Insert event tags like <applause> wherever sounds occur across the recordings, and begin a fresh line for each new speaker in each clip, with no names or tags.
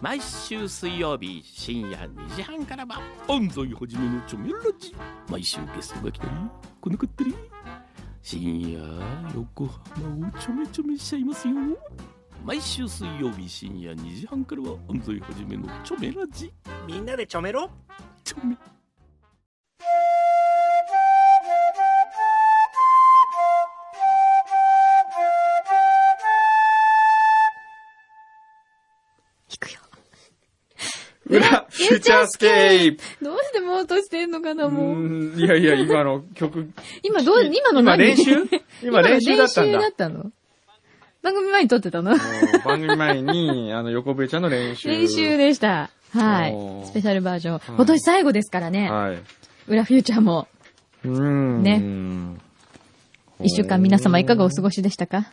毎週水曜日深夜2時半からは安西はじめのチョメラジ毎週ゲストが来たり来なかったり深夜横浜をちょめちょめしちゃいますよ毎週水曜日深夜2時半からは安西はじめのチョメラジ
みんなでちょめろ
チョメ
引くよ。
裏、フューチャースケープ
どうしてもうとしてんのかな、
う
もう。
ーんいやいや、今の <laughs> 曲。
今どう、今の
今
何
練習
<laughs>
今
の
練習だったんだ
練習だ。ったの番組前に撮ってたの
もう番組前に、あの、横笛ちゃんの練習。
練習でした。は
お
い。
ー
スペシャルバージョン。
い
今年最後ですからね。
はい。
裏フューチャーも。
うーん。
ね
ね。
一週間皆様いかがお過ごしでしたか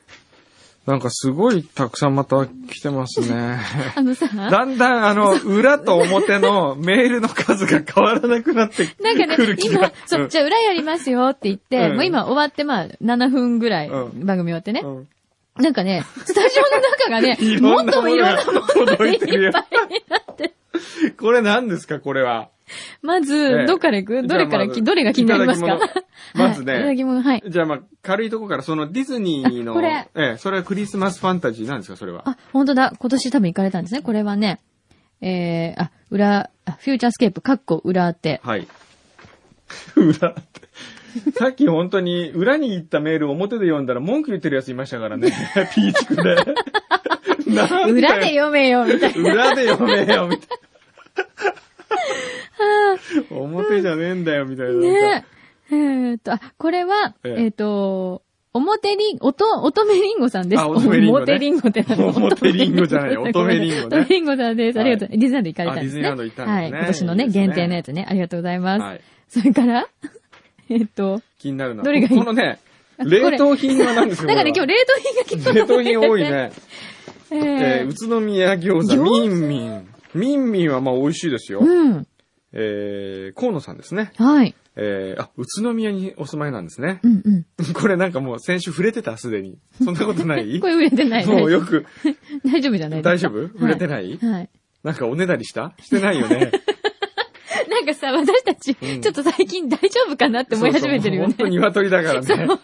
なんかすごいたくさんまた来てます <laughs> ね。
あのさ、
だんだんあの、 <laughs> 裏と表のメールの数が変わらなくなってく
なんかね
る、気が
今。、そう、じゃあ裏やりますよって言って、
うん
もう今終わってまあ7分ぐらい、
うん
番組終わってね
う。ん、
なんかね、スタジオの中がね
<laughs> い
も
ろ
っ
ん
と
な
も
もの
いろんな
が届いてるよ。これ何ですかこれは。
まず、
ええ
どっから行くどれから
じゃあま
き、
ず
どれが気になりますか
いただき物まずね
はい、いただき物はい。
じゃあまあ、軽いとこから、そのディズニーの、
あこれ
ええ、それはクリスマスファンタジーなんですかそれは。
あ、本当だ。今年多分行かれたんですね。これはね、えー、あ、裏、あフューチャースケープ、カッコ裏
<laughs>
って。
はい。裏って。さっき本当に裏に行ったメールを表で読んだら文句言ってるやついましたか
<laughs>
らね。ピーチくで。なんだよ
裏で読めよ、み
<laughs>
たいな。
裏で読
<laughs>
めよ、みたいな。表じゃねえんだよ、みたいな。
ねえ。えーっと、あ、これは、え
ええ
ーっと、表りん、音、乙女りんごさんです。
あ乙女りんごね
表りんごってなんだ
<laughs> 表りんごじゃない乙女りんご
<laughs> 乙
ね
女りんごさんです。ありがとう。ディズニーランド行かれたんですね。
あディズニーランド行ったんですね
はい。今年の
い
ね、
いですね
限定のやつね。ありがとうございます。
はい。
それ
<laughs>
から、えーっと、
気になるな。
どれがいい
このね、
あ <laughs> これ
冷凍品は何ですか
なんかね、今日
こ
冷凍品が結構
れは冷凍品多い。ね。
<laughs> え
えー、
ー、
宇都宮餃
餃子
子、みんみん。みんみんはまあ美味しいですよ。
うん。
えー、河野さんですね。
はい。
えー、あ、宇都宮にお住まいなんですね <laughs>
う。んうん。
これなんかもう先週触れてた、すでに。そんなことない
これ売れて <laughs> ない。
もうよく、
大丈夫じゃないで
大
すか
丈夫触れてない、
はい。
なんかおねだりしたしてないよ
<laughs>
ね。
なんかさ、私たち、
うん
ちょっと最近大丈夫かなって思い始めてるよね。
そうそうもう本当鶏だからね。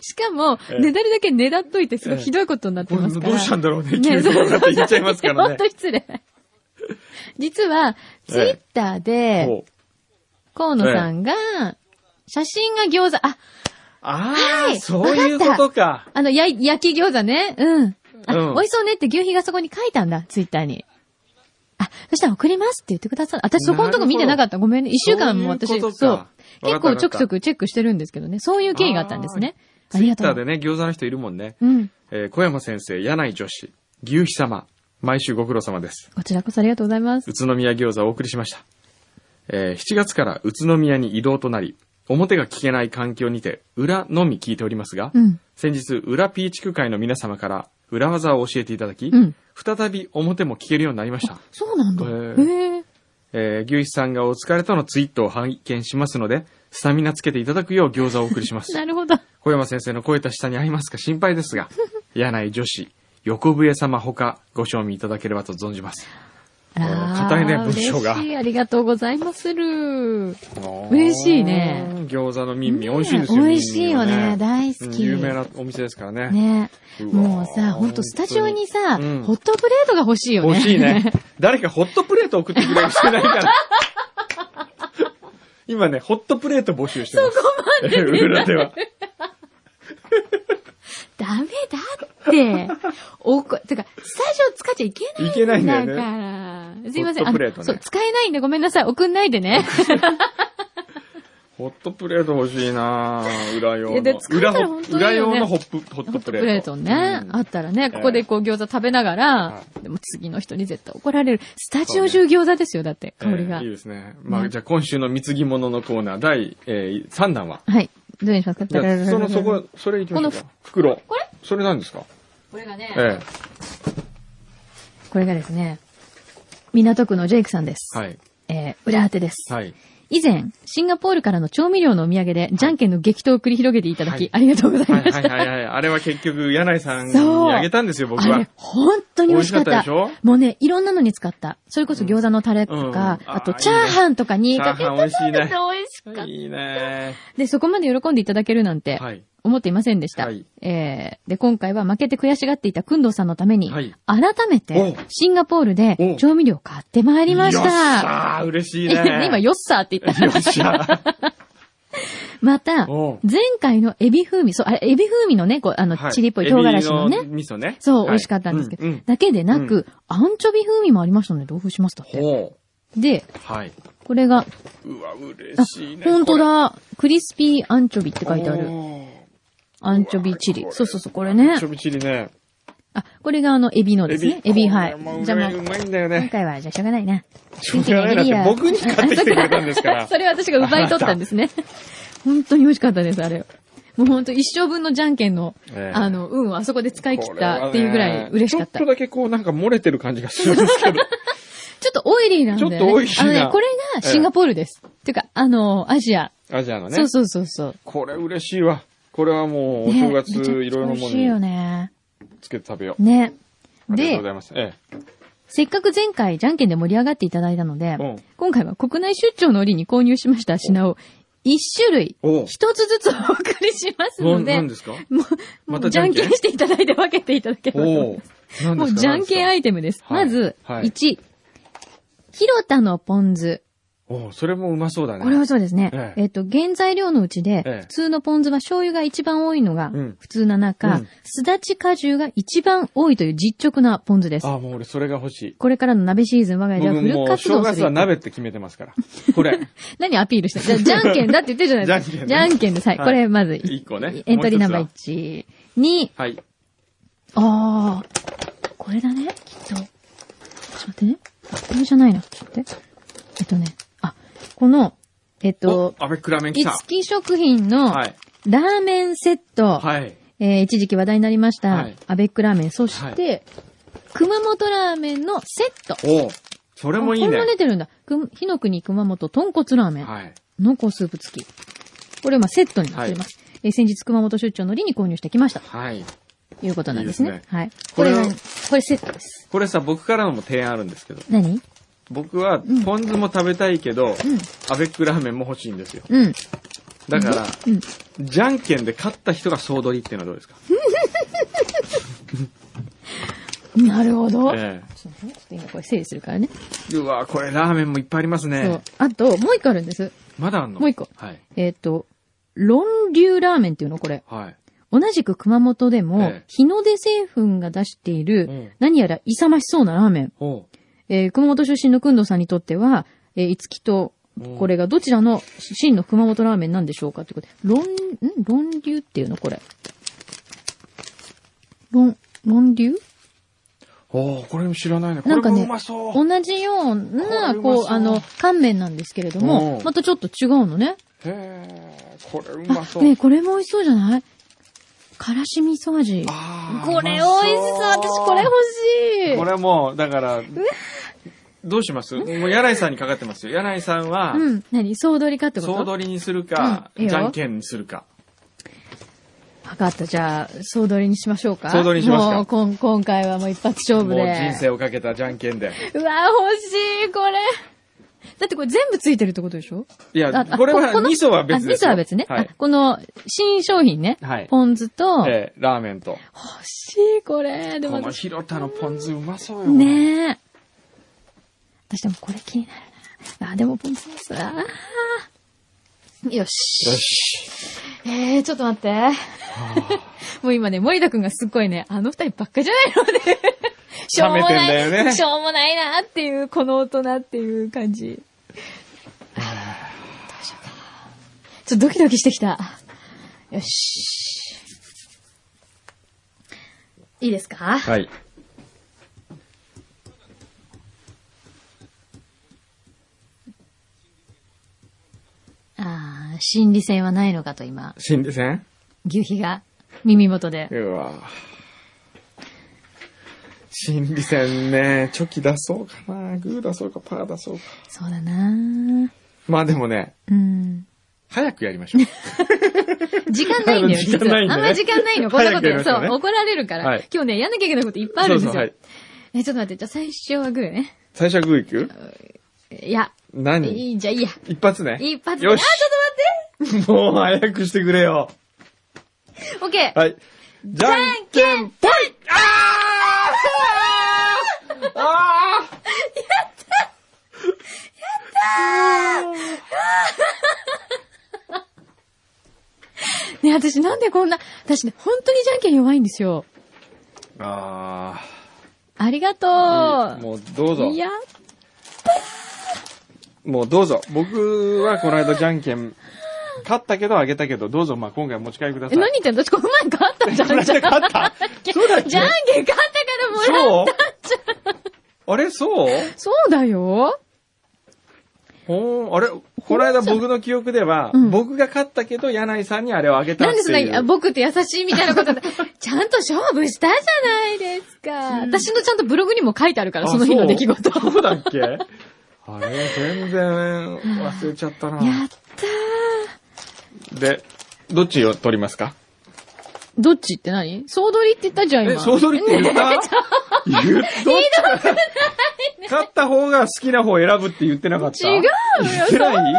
しかも、
ええ
ねだりだけねだっといて、すごいひどいことになって
も
ま
う
すから。
どうしたんだろうね。
ね
急にこうなって言っちゃいますから
本
ね
当。失礼。実は、
え
ツイッターで、
ほう
河野さんが、写真が餃子、あ、
あ
は
あ
い、
そういうことか。
あの、や、焼き餃子ね。うん。あ、
うん
美味しそうねって牛皮がそこに書いたんだ、ツイッターに。あ、そしたら送りますって言ってくださる。私そこのとこ見てなかった。ごめんね。一週間も私、
そういうことか
そ
わ
う
かった
結構ちょくちょくチェックしてるんですけどね。そういう経緯があったんですね。ありが
ツ
と
イッ
う。
ターでね、餃子の人いるもんね。
うん。
えー小山先生、柳井女子、牛飛様、毎週ご苦労様です。
こちらこそありがとうございます。
宇都宮餃子をお送りしました。えー7月から宇都宮に移動となり、表が聞けない環境にて、裏のみ聞いておりますが、
うん。
先日、裏ピーチ区会の皆様から裏技を教えていただき、
うん
再び表も聞けるようになりました。
そうなんだ。
へ
へ
ー
え。
えー、牛一さんがお疲れとのツイートを拝見しますので、スタミナつけていただくよう餃子をお送り
<laughs>
します。
なるほど。
小山先生の声と下に合いますか心配ですが、柳井女子、横笛様ほかご賞味いただければと存じます。
あー
硬いね文章が
嬉しい。ありがとうございまする。嬉しいね
うん。餃子のミンミン、美味しいですよ
美味しいよね。
ミンミンは
大
う
好
ん
き。
有名なお店ですからね。
ね
うわー
もうさ、ほんとスタジオにさ、
本当にうん
ホットプレートが欲しいよね。
欲しいね。誰かホットプレート送ってくれる人いな
<laughs>
いから。今ね、ホットプレート募集してます。そこまで。裏では。
ダメだって。おこ、てか、スタジオ使っちゃいけない
いけないんだよね
から。すいません。
ホットプレートね
あのそう、使えないんでごめんなさい。送んないでね。
ホットプレート欲しいなぁ裏用
いやで
の。
使えた
裏
ら
ホ
本当にいいよね
裏用のホップ <laughs> ホ
ホ
ット
ット
プ
プ
レート。
レートね。
うん
あったらね、ここでこう餃子食べながら
は、
でも次の人に絶対怒られる。スタジオ中餃子ですよ、だって、香り
え
が
ーいい。ですね。ま
ね
あ、じゃあ今週の貢ぎ物のコーナー、第、え3弾は。
はい。どうにしますか
じゃあその、そこ、それいきましょう
こ
か。袋。
これ
それ何ですか
これがね、
え
これがですね、港区のジェイクさんです。
えはい。
えー裏当てです。
はい。
以前、シンガポールからの調味料のお土産で、じゃんけんの激闘を繰り広げていただき、
はい
ありがとうござい
は
ま
い
し
は
た。
いはいはい。あれは結局、柳井さんに
そう
あげたんですよ、僕
あ
は
れ、。本当に美味しかった。
でしょ
もうね、いろんなのに使った。それこそ餃子のタレとか、
うんうん
あ
あ
と
ー
チャーハンとかに
チャ
か
ー
けて
ハン美味しいね。
美味しかった。
いいね。
で、そこまで喜んでいただけるなんて
はい。
思っていませんでした。
はい
えーで、今回は負けて悔しがっていたくんどうさんのために、
はい
改めて
お
シンガポールで
お
調味料を買ってまいりまし。
よっしたゃー嬉しいね。
<laughs> 今、よっさーって言った。
よっしゃー。
また、
おう
前回のエビ風味、そう、あれ、エビ風味のね、こう、あの、
はい
チリっぽい唐辛子のね
エビ味噌ね。
そう、
はい
美味しかったんですけど、
うんうん
だけでなく、アンチョビ風味もありましたので、同封しますだって。
ほ
で、
う。はい。
これが、
うわ、嬉しいね。
本当
っ
だ、クリスピーアンチョビって書いてある。アンチョビチリ。そうそうそう、これね
ち。ょびちりね。
あ、ここれがあの、エビのですね。エビ、はい
もう。う
じゃあ
まい、
も
う
う、
まいんだよ
今
ね。
回は、じゃあしょうがないな。。
しょうがないなって、僕に買ってきてくれたんですから
<laughs> それは私が奪い取ったんです
<laughs>
ね。本当に美味しかったです、あれ。もう本当一生分のじゃんけんの、
ええ
あの、運をあそこで使い切
こ
っ
れはね
たっていうぐらい嬉しかった。
ちょっとだけこうなんか漏れてる感じがするんですけど。
ちょっとオイリーなんだよね。
ちょっとオイリーな
あのね、これがシンガポールです。てか、あの、アジア。
アジアのね。
そうそうそうそう。
これ嬉しいわ。これはもう、お
ね
正月、
めちゃくちゃ
いろいろな
美味
も
しい
の
よ
に
ね。
つけて食べよう。
ね。
ありがとうござ
で、
います。え
せっかく前回じゃんけんで盛り上がっていただいたので、
うん
今回は国内出張の折に購入しました品を、一種類、
お
一つずつお送りします
え。な
の
な
で、
んですか
もう、
ま
も
た
うじゃんけんしていただいて分けていただければと思い
お
ます。
お。
もうじゃんけんア
い。
イテムです。
はい
まず、
はい
1、広田のポン酢。
おうそれもうまそうだね。
これはそうですね。
ええ
えっと、原材料のうちで
ええ、
普通のポン酢は醤油が一番多いのが
うん
普通な
う
中
ん、
すだち果汁が一番多いという実直なポン酢です。
あ、もう俺それが欲しい。
これからの鍋シーズン、我が家では
僕
フル
もう
活
正
動す
月は
る。
鍋って決めてますから。これ。
何アピールしてじゃ
<laughs>
あじゃんけんだって言ってるじゃないですか。
じゃんけん
じゃ
ね
んけんです。はい。
はい
これまずい、
一個ね。
エントリーナンバー
もう一
1。2、
つは。はい。
あー、これだね、きっと。ちょっと待ってね。あこれじゃないな。ちょっと待って。えっとね、あ、この、えっと
お、アベックラーメン来
い
た。
つき食品の
はい。
ラーメンセット。
はい。
えー一時期話題になりました、
はい
アベックラーメン、そして、熊本ラーメンのセット。
おうそれもいい
あこ
ね
れも。出てるんだ。く火の国熊本豚骨ラーメン、
はい。
濃厚スープ付き。これまあセットになっています。えー先日熊本出張のりに購入してきました。
はい。
ということなんですね。
いいです
はい。こ
こ
れ
れ
が
は
これセットです。
これさ、僕からのも提案あるんですけど。
何
僕は
うん、
ポン酢も食べたいけ
う
ど、
ん。
アベックラーメンも欲しいんですよ。
うん。
だから、
うん。
じゃんけんで勝った人が総取りっていうのはどうですか
なるほど。
ええ
ちょっとねちょっと今これ整理するからね。
うわこれラーメンもいっぱいあります
そ
ね
う。。あと、もう一個あるんです。
まだあんの
もう一個
はい。
えっ、と、論流ラーメンっていうのこれ。
はい。
同じく熊本でも、
ええ
日の出製粉が出している、
うん
何やら勇ましそうなラーメン。
ほ
えー熊本出身のくんどさんにとっては、えー、いつきと、
うん
これがどちらの真の熊本ラーメンなんでしょうかってことで。論、ん論流っていうのこれ。論、論流
う。ほう、これも知らないね。こ
な
れ
んかね
もうまそう。
同じような、
これうま
こ
そう
う、あの、乾麺なんですけれども
う、ん
またちょっと違うのね。
へえ、これうま
あ、
そう。
ねえこれも美味しそうじゃないからし味噌味。
あー
これ美味し
うま
そう。私これ欲しい。
これもう、だから、どうしますもう柳井さんにかかってますよ。柳井さんは、
うん。何総取りかってこと
総取りにするか、
うんいいよ
じゃんけんにするか。
わかった。じゃあ、総取りにしましょうか。
総取りにしますか
もうこん、今回はもう一発勝
も
負
う
で。
人生をかけたじゃんけんで。
うわ、欲しい、これ。だってこれ全部ついてるってことでしょ
いや、
あ
これは
ここの
味噌は別ですよ。
あ味噌は別ね。
はい
あ。この、新商品ね。
はい
ポン酢と、欲
えーラーメンと。
しい、これ。で
こ
も
の、広田のポン酢うまそうよ。
ねえ。私でもこれ気になるな。あ、でもポン酢です。あーよし。
よし。
えー、ちょっと待って。もう今ね、森田くんがすっごいね、あの二人ばっかじゃないの
<laughs>
で、しょうも
冷めてんだ
な
よ
い、
ね
しょうもないなっていう、この大人っていう感じ。どうしようかな。ちょっとドキドキしてきた。よし。いいですか
はい。
ああ、心理戦はないのかと今、
心理戦
牛皮が耳元で。
うわぁ心理戦ね、チョキ出そうかな、グー出そうか、パー出そうか。
そうだなー
まあでもね、
うん。
早くやりましょう。
時間ないんだよ、
<laughs> 時間
実は。
ないんだ
あん
ね
ま時間ないの、こんなこと
早くや
や。
りましょうね
そう、怒られるから、
はい
今日ね、やんなきゃいけないこといっ <laughs> ぱいあるんですよ。
そうそう、はい。
え、ちょっと待って、じゃあ最初はグーね。
最初はグー行く
いや、
何
いい、じゃあいいや。
一発ね。
一発で。
よし
あ、ち
もう早くしてくれよ。
ょっと待って。オッケー。
はい。じゃんけんぽいあーあ
ね、私なんでこんな、私ね、本当にじゃんけん弱いんですよ。
ーあ
ありがと
あ
う。
もうどうぞ
い。や、
もうどうぞ。僕はこの間じゃんけん、勝ったけどあげたけど、どうぞ、まあ今回持ち帰りくださ
え、
い。
何言ってんの私この前勝ったじゃん。
この間勝った
じゃんけんじゃんけん勝ったからもらう。
そうあれそう
そうだよ。
ほーあれこの間僕の記憶では、
うん
僕が勝ったけど、柳井さんにあれをあげたっ
なん
て
でそん
いう。
な、あ僕って優しいみたいな <laughs> ことで、ちゃんと勝負したじゃないですか。私のちゃんとブログにも書いてあるから、その日の出来 <laughs> 事。
そうそうだっけあれ全然忘れちゃった
や
な
っ。たー。
で、どっちを取りますか
どっちって何総取りって言ったじゃん、今。
え、総取りって
<laughs>
言った言っどっちだ勝った方が好きな方を選ぶって言ってなかった
違うよ
言ってない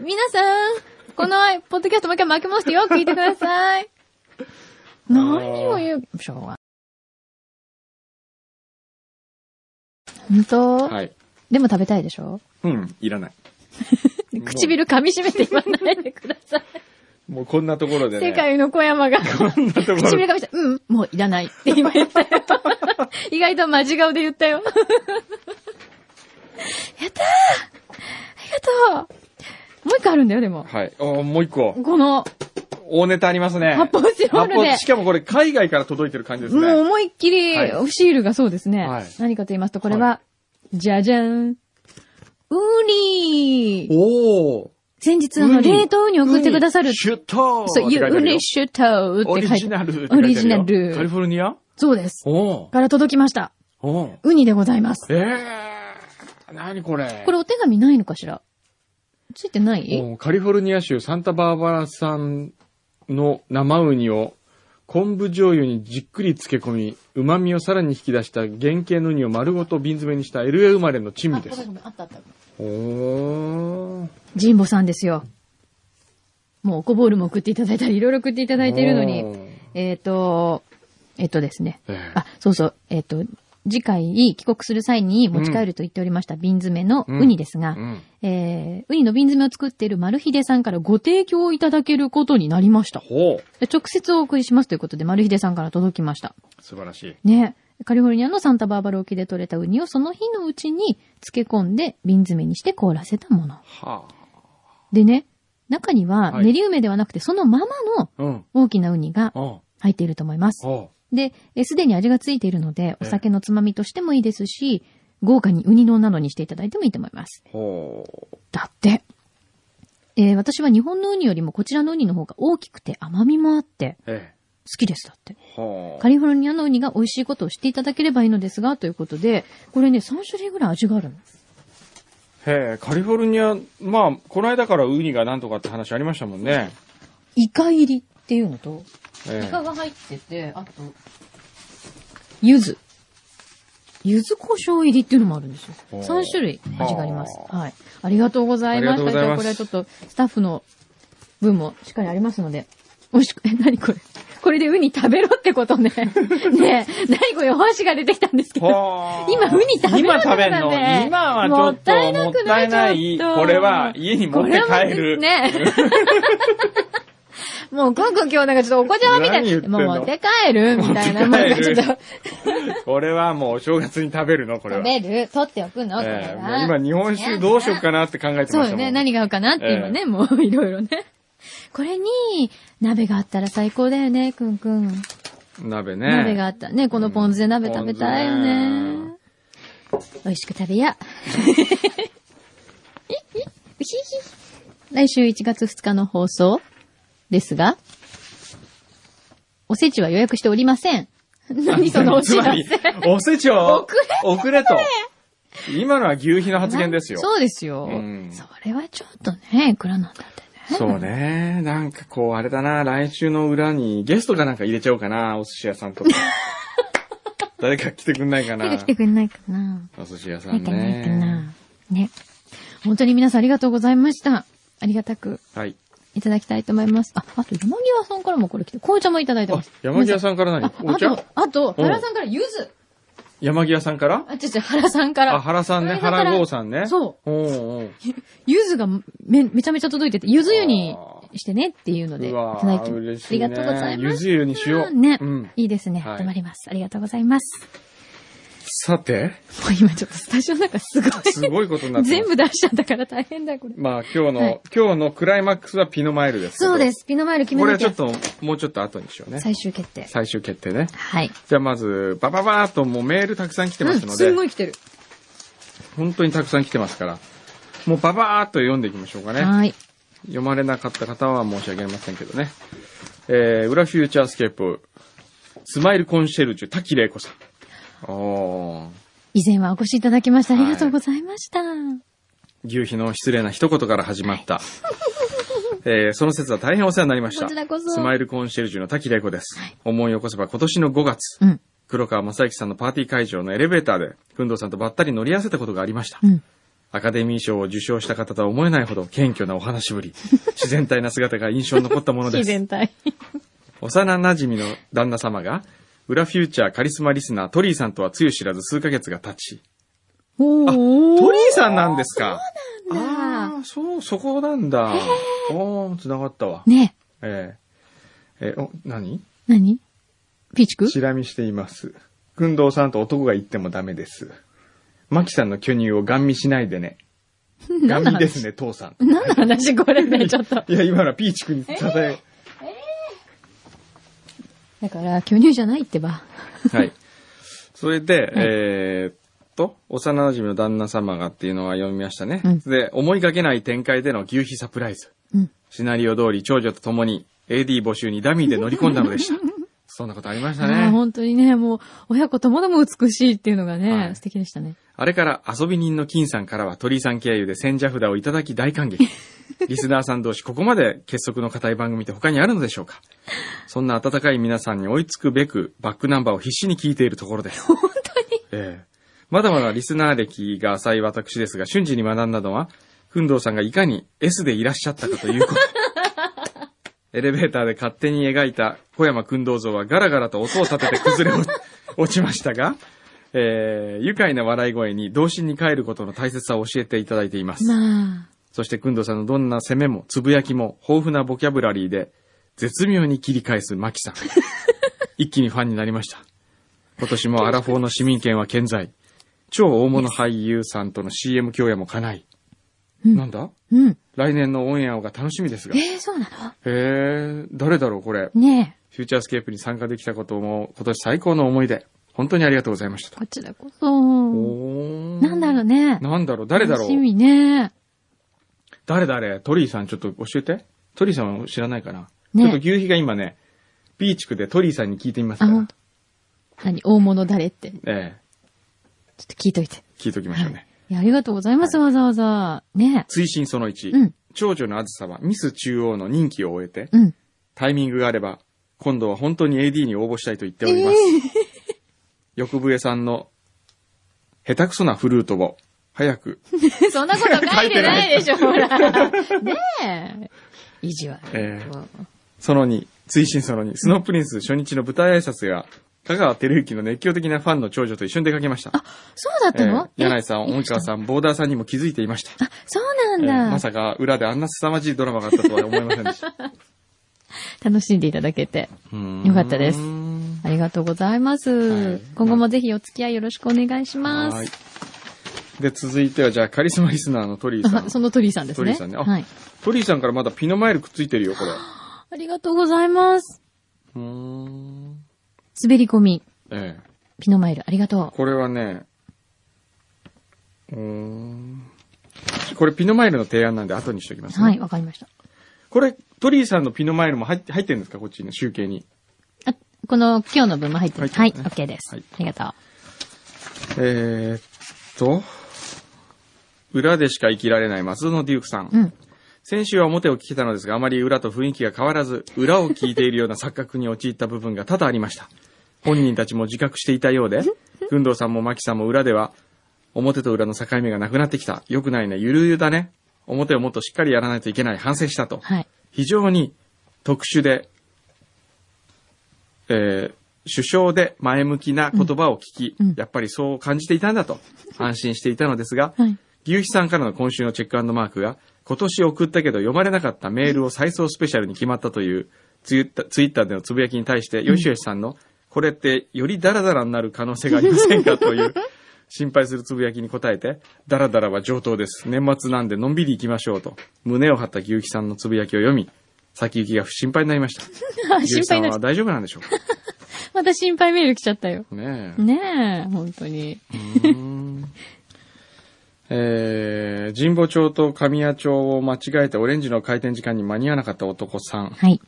皆さん、この、ポッドキャストもう一回負けましてよく聞いてくださ <laughs> い。何を言う、しょうが。本当、
はい。
でも食べたいでしょ
うん、いらない。
唇噛み締めて言わないでください。
もうこんなところでね。
世界の小山
<laughs>
が。
こんなところ
唇
で。
噛み締めて、うん、もういらないって今言ったよ。
<laughs>
意外とマジ顔で言ったよ。や <laughs> ったーありがとうもう一個あるんだよ、でも。
はい。おもう一個。
この、
大ネタありますね。
発泡スチロールで
発泡しかもこれ海外から届いてる感じですね。
もう思いっきり
はい、
シールがそうですね。
はい
何かと言いますと、これは、じゃじゃん。ウニ
おー。
先日、あの、
ウニ
冷凍ウニ送ってくださる。
シュットー
そう、
って書いてあるよ
ウニシュート
オ
ーって
リ
書い
ジ
て
ナルって書いてあるよ。
オリジナル
カリフォルニア
そうです。
おー。
から届きました。
おー。
ウニでございます。
えー。何これ。
これお手紙ないのかしらついてない
もうカリフォルニア州サンタバーバラ産の生ウニを昆布醤油にじっくり漬け込み、旨味をさらに引き出した原型のウニを丸ごと瓶詰めにした LA 生まれの珍味です。
あったあった。
おー。
ジンボさんですよ。もう、おこぼールも送っていただいたり、いろいろ送っていただいているの
お
に、
ー。
えっと、えっとですね。
ええ
あ、そうそう。えっ、と、次回帰国する際に持ち帰ると言っておりました瓶詰めのウニですが、
うん。
えーウニの瓶詰めを作っている丸秀さんからご提供いただけることになりました。
ほう。
で直接お送りしますということで、丸秀さんから届きました。
素晴らしい。
ね。カリフォルニアのサンタバーバラ沖で採れたウニをその日のうちに漬け込んで瓶詰めにして凍らせたもの。
は
でね、中には
はい
練り梅ではなくてそのままの
あ。うん。
大きなウニが
あ
入っていると思います。
あ。
で、えすでに味がついているので、お酒のつまみとしてもいいですし、豪華にウニ丼などにしていただいてもいいと思います。
ほう。
だって。えー私は日本のウニよりもこちらのウニの方が大きくて甘みもあって
え
好きですだって
え。。ほ
カリフォルニアのウニが美味しいことを知っていただければいいのですが、ということで、これね、3種類ぐらい味があるの。
う。へえ、カリフォルニア、まあ、この間からウニがなんとかって話ありましたもんね。
イカ入りっていうのと、
え
イカ
え。
が入ってて、あと、柚子。柚子胡椒入りっていうのもあるんですよ。
ほう
3種類味があります。
は
はい。ありがとうございま
あり
した。
がとうご
じ
ざい
ゃあ
ます
これはちょっとスタッフの分もしっかりありますので。おいしく、 <laughs> え、なにこれこれでウニ食べろってこと
<laughs>
ね。ねえ、なにこれお箸が出てきたんですけど。
ほ
<laughs>
う
今ウニ食べる
今食べんの
ね
今はちょっとも
も
っ
ったいなく
た
ない
ない。
ちょっと
これは家に持って帰る。
これはもうね。 <laughs> もう、くんくん今日なんかちょっとお子ちゃまみたい
何言ってん
な。
の
もう持って帰るみたいな。
持
も
っ
う
<laughs> て帰
ちょ
る
っと、
これはもうお正月に食べるの、これ
食
は。
べる取っておくのこ
え
れ
え
は。
もう今日本酒どうしようかなって考えてました
そ
もん。
うよね。何が合うかなっていうのね、もういろいろね。これに、鍋があったら最高だよね、くんくん。
鍋ね。
鍋があったらね、このポン酢で鍋
うん
食べたいよね。美味しく食べや。うひひ来週1月2日の放送ですが、おせちは予約しておりません。何そのお知
つま
ら
り
せ。、
おせちを、
遅れて
遅れと。今のは牛皮の発言ですよ。
そうですよ。
うん
それはちょっとね、いくらなんだってね。
そうね。なんかこう、あれだな。来週の裏にゲストかなんか入れちゃおうかな。お寿司屋さん
<laughs>
とか。誰か来てくんないか
誰
な
か来。てくれないかな。
お寿司屋さ
ない
ん
かな、ないか
ね。
な。ね。本当に皆さんありがとうございました。ありがたく
はい。
いただきたいと思います。あ、あと山際さんからもこれ来て、紅茶もいただいて
あ
ます。、
山際さんから何
あ
お
あ
茶
と、あと、
うん
原さんからゆず。
山際さんから
あ、違う違う、原さんから。
あ、原さんね。
原さんから
原郷さんね。。
そう
おうおう
ゆずがめ、めちゃめちゃ届いてて、ゆず湯にしてねっていうので、いう
わ
ただき
ー嬉しい、ね。
ありがとうございます。
ゆず湯にしよう。
ね、
うん。
いいですね。
はい
止まります。ありがとうございます。
さて、
もう今ちょっとスタジオの中すごい。
すごいことになってます
全部出しちゃったから大変だ、これ。
まあ今日の、
はい
今日のクライマックスはピノマイルですけど。
そうです。ピノマイル決め
これ
な
は
き
ちょ
ゃ
っ。と、もうちょっと後にしようね。
最終決定。
最終決定ね。
はい。
じゃあまず、バババーっともうメールたくさん来て
う
ま
ん、
すので、
すんごい来てる。
本当にたくさん来てますから、もうババーっと読んでいきましょうかね。
はーい。
読まれなかった方は申し訳ありませんけどね。えー、裏フューチャースケープ、スマイルコンシェルジュ、滝玲子さん。おー、
以前はお越しいただきました。ありがとうございました。
牛皮の失礼な一言から始
<laughs>
まった。えー、その説は大変お世話になりました。
こちらこそ
スマイルコンシェルジュの滝玲子です。思い起こせば今年の5月、
うん。
黒川正幸さんのパーティー会場のエレベーターで、くんどうさんとばったり乗り合わせたことがありました。
うん。
アカデミー賞を受賞した方とは思えないほど謙虚なお話しぶり、自然体な姿が印象に残ったもの
<laughs>
で
自
す。
然体。
幼馴染みの旦那様が、裏フューチャーカリスマリスナートリーさんとはつゆ知らず数ヶ月が経ち、
おー。
トリーさんなんですか
そうなんだ
あーそう、そこなんだ。おー、繋がったわ。
ねえ。
えーえーお、何
何ピーチく
チラ見しています。くんどうさんと男が言ってもダメです。マキさんの巨乳をガン見しないでね。
<laughs>
ガ
何の
ン見です
話
ね、父さん。
何の話これね、 <laughs> ちょっと。
いや、今のはピーチくんにたたえ。
だから、巨乳じゃないってば。
はい。それで、えーっと、幼馴染の旦那様がっていうのは読みましたね。
うん
で、思いがけない展開での牛皮サプライズ。
うん。
シナリオ通り長女と共に AD 募集にダミーで乗り込んだのでした。そんなことありました
ああ
ね。
本当にね、もう、親子ともども美しいっていうのがね、
はい
素敵でしたね。
あれから遊び人の金さんからは鳥居さん経由で千社札をいただき大感激。リスナーさん同士ここまで結束の固い番組って他にあるのでしょうかそんな温かい皆さんに追いつくべくバックナンバーを必死に聞いているところです。本当にええまだまだリスナー歴が浅い私ですが瞬時に学んだのは、くんどうさんがいかに S でいらっしゃったかと <laughs> いうこと。エレベーターで勝手に描いた小山君道像はガラガラと音を立てて崩 <laughs> れ落ちましたが、えー、愉快な笑い声に童心に帰ることの大切さを教えていただいています。
まあ、
そして君道さんのどんな攻めもつぶやきも豊富なボキャブラリーで絶妙に切り返す
<laughs>
マキさん。一気にファンになりました。今年もアラフォーの市民権は健在。超大物俳優さんとの CM 共演も叶い。なんだ
うん。
来年のオンエアが楽しみですが。へ
ええそうな
え、誰だろうこれ。
のね
フューチャースケープに参加できたことも今年最高の思い出。本当にありがとうございまし
え、
たと。
こちらこそ。
おー
なんだろうね。
なんだろう誰だろ
楽し
う
みね。
誰誰トリーさんちょっと教えて。トリーさんは知らないかな、
ね
ちょっと牛皮が今ね、B 地区でトリーさんに聞いてみます
あ、
か
ほん
ら
と。。何、大物誰って。ちょっ
ええ
と聞いといて。
聞いときましょうね。
いや、ありがとうございます、わざわざ。ね
追伸その1。
うん
長女のあずさはミス中央の任期を終えて、
え。うん。
タイミングがあれば、今度は本当に AD に応募したいと言ってお
<laughs>
ります。横笛さんの、下手くそなフルートを、早く、
そんなこと書いてないでしょ、ほら。ねえ。意地悪。
えその2、追伸その2、スノープリンス初日の舞台挨拶や、香川照之の熱狂的なファンの長女と一緒に出かけました。
そうだったの、
えー柳井
え
さん、大川さん、ボーダーさんにも気づいていました。
あ、そうなんだ。
えーまさか裏であんな凄まじいドラマがあったとは思いません
<laughs>
でした。
楽しんでいただけて。
よ
よかったですありがとうございます。
はい
今後もぜひお付き合いよろしくお願いしま
は
す。
い。で、続いては、じゃあ、カリスマリスナーのトリーさ
あ <laughs>
ん。
その鳥居さんですね。
鳥居さんねあ
はい。
トリーさんからまだピノマイルくっついてるよ、これ。
ありがとうございます。
うーん。
滑り込み、
ええ
ピノマイル、ありがと
これはね、うーん。これ、ピノマイルの提案なんで、後にしておきます
う。
ね。
はい、わかりました。
これ、トリーさんのピノマイルも入って入ってるんですかこっちに、集計に。
あ、この今日の分も入ってる。は
入
い、
ってますね
OK です。
はい
ありがとう。
えー、っと、裏でしか生きられない松園デュークさん。
うん。
先週は表を聞けたのですが、あまり裏と雰囲気が変わらず、裏を聞いているような錯覚に陥った部分が多々ありました。本人たちも自覚していたようで、群藤さんも牧さんも裏では、表と裏の境目がなくなってきた。よくないね。ゆるゆるだね。表をもっとしっかりやらないといけない。反省したと。 <laughs>
はい。
非常に特殊で、えー首相で前向きな言葉を聞き、
うんうん
やっぱりそう感じていたんだと、安心していたのですが、
はい。
牛肥さんからの今週のチェックマークが、今年送ったけど読まれなかったメールを再送スペシャルに決まったというツイッターツイッターでのつぶやきに対して、よしよしさんの、これってよりダラダラになる可能性がありませんかと
<laughs>
いう心配するつぶやきに答えて、ダラダラは上等です。年末なんでのんびり行きましょうと、胸を張った牛肥さんのつぶやきを読み、先行きが <laughs> 心配になりました。
心
牛肥さ
配
ん
になっちゃ
は
っ
大丈夫なんでしょうか
た。また心配メール来ちゃったよ。
ねえ。
ねえ、本当に。
えー、神保町と神谷町を間違えてオレンジの開店時間に間に合わなかった男さん。
はい。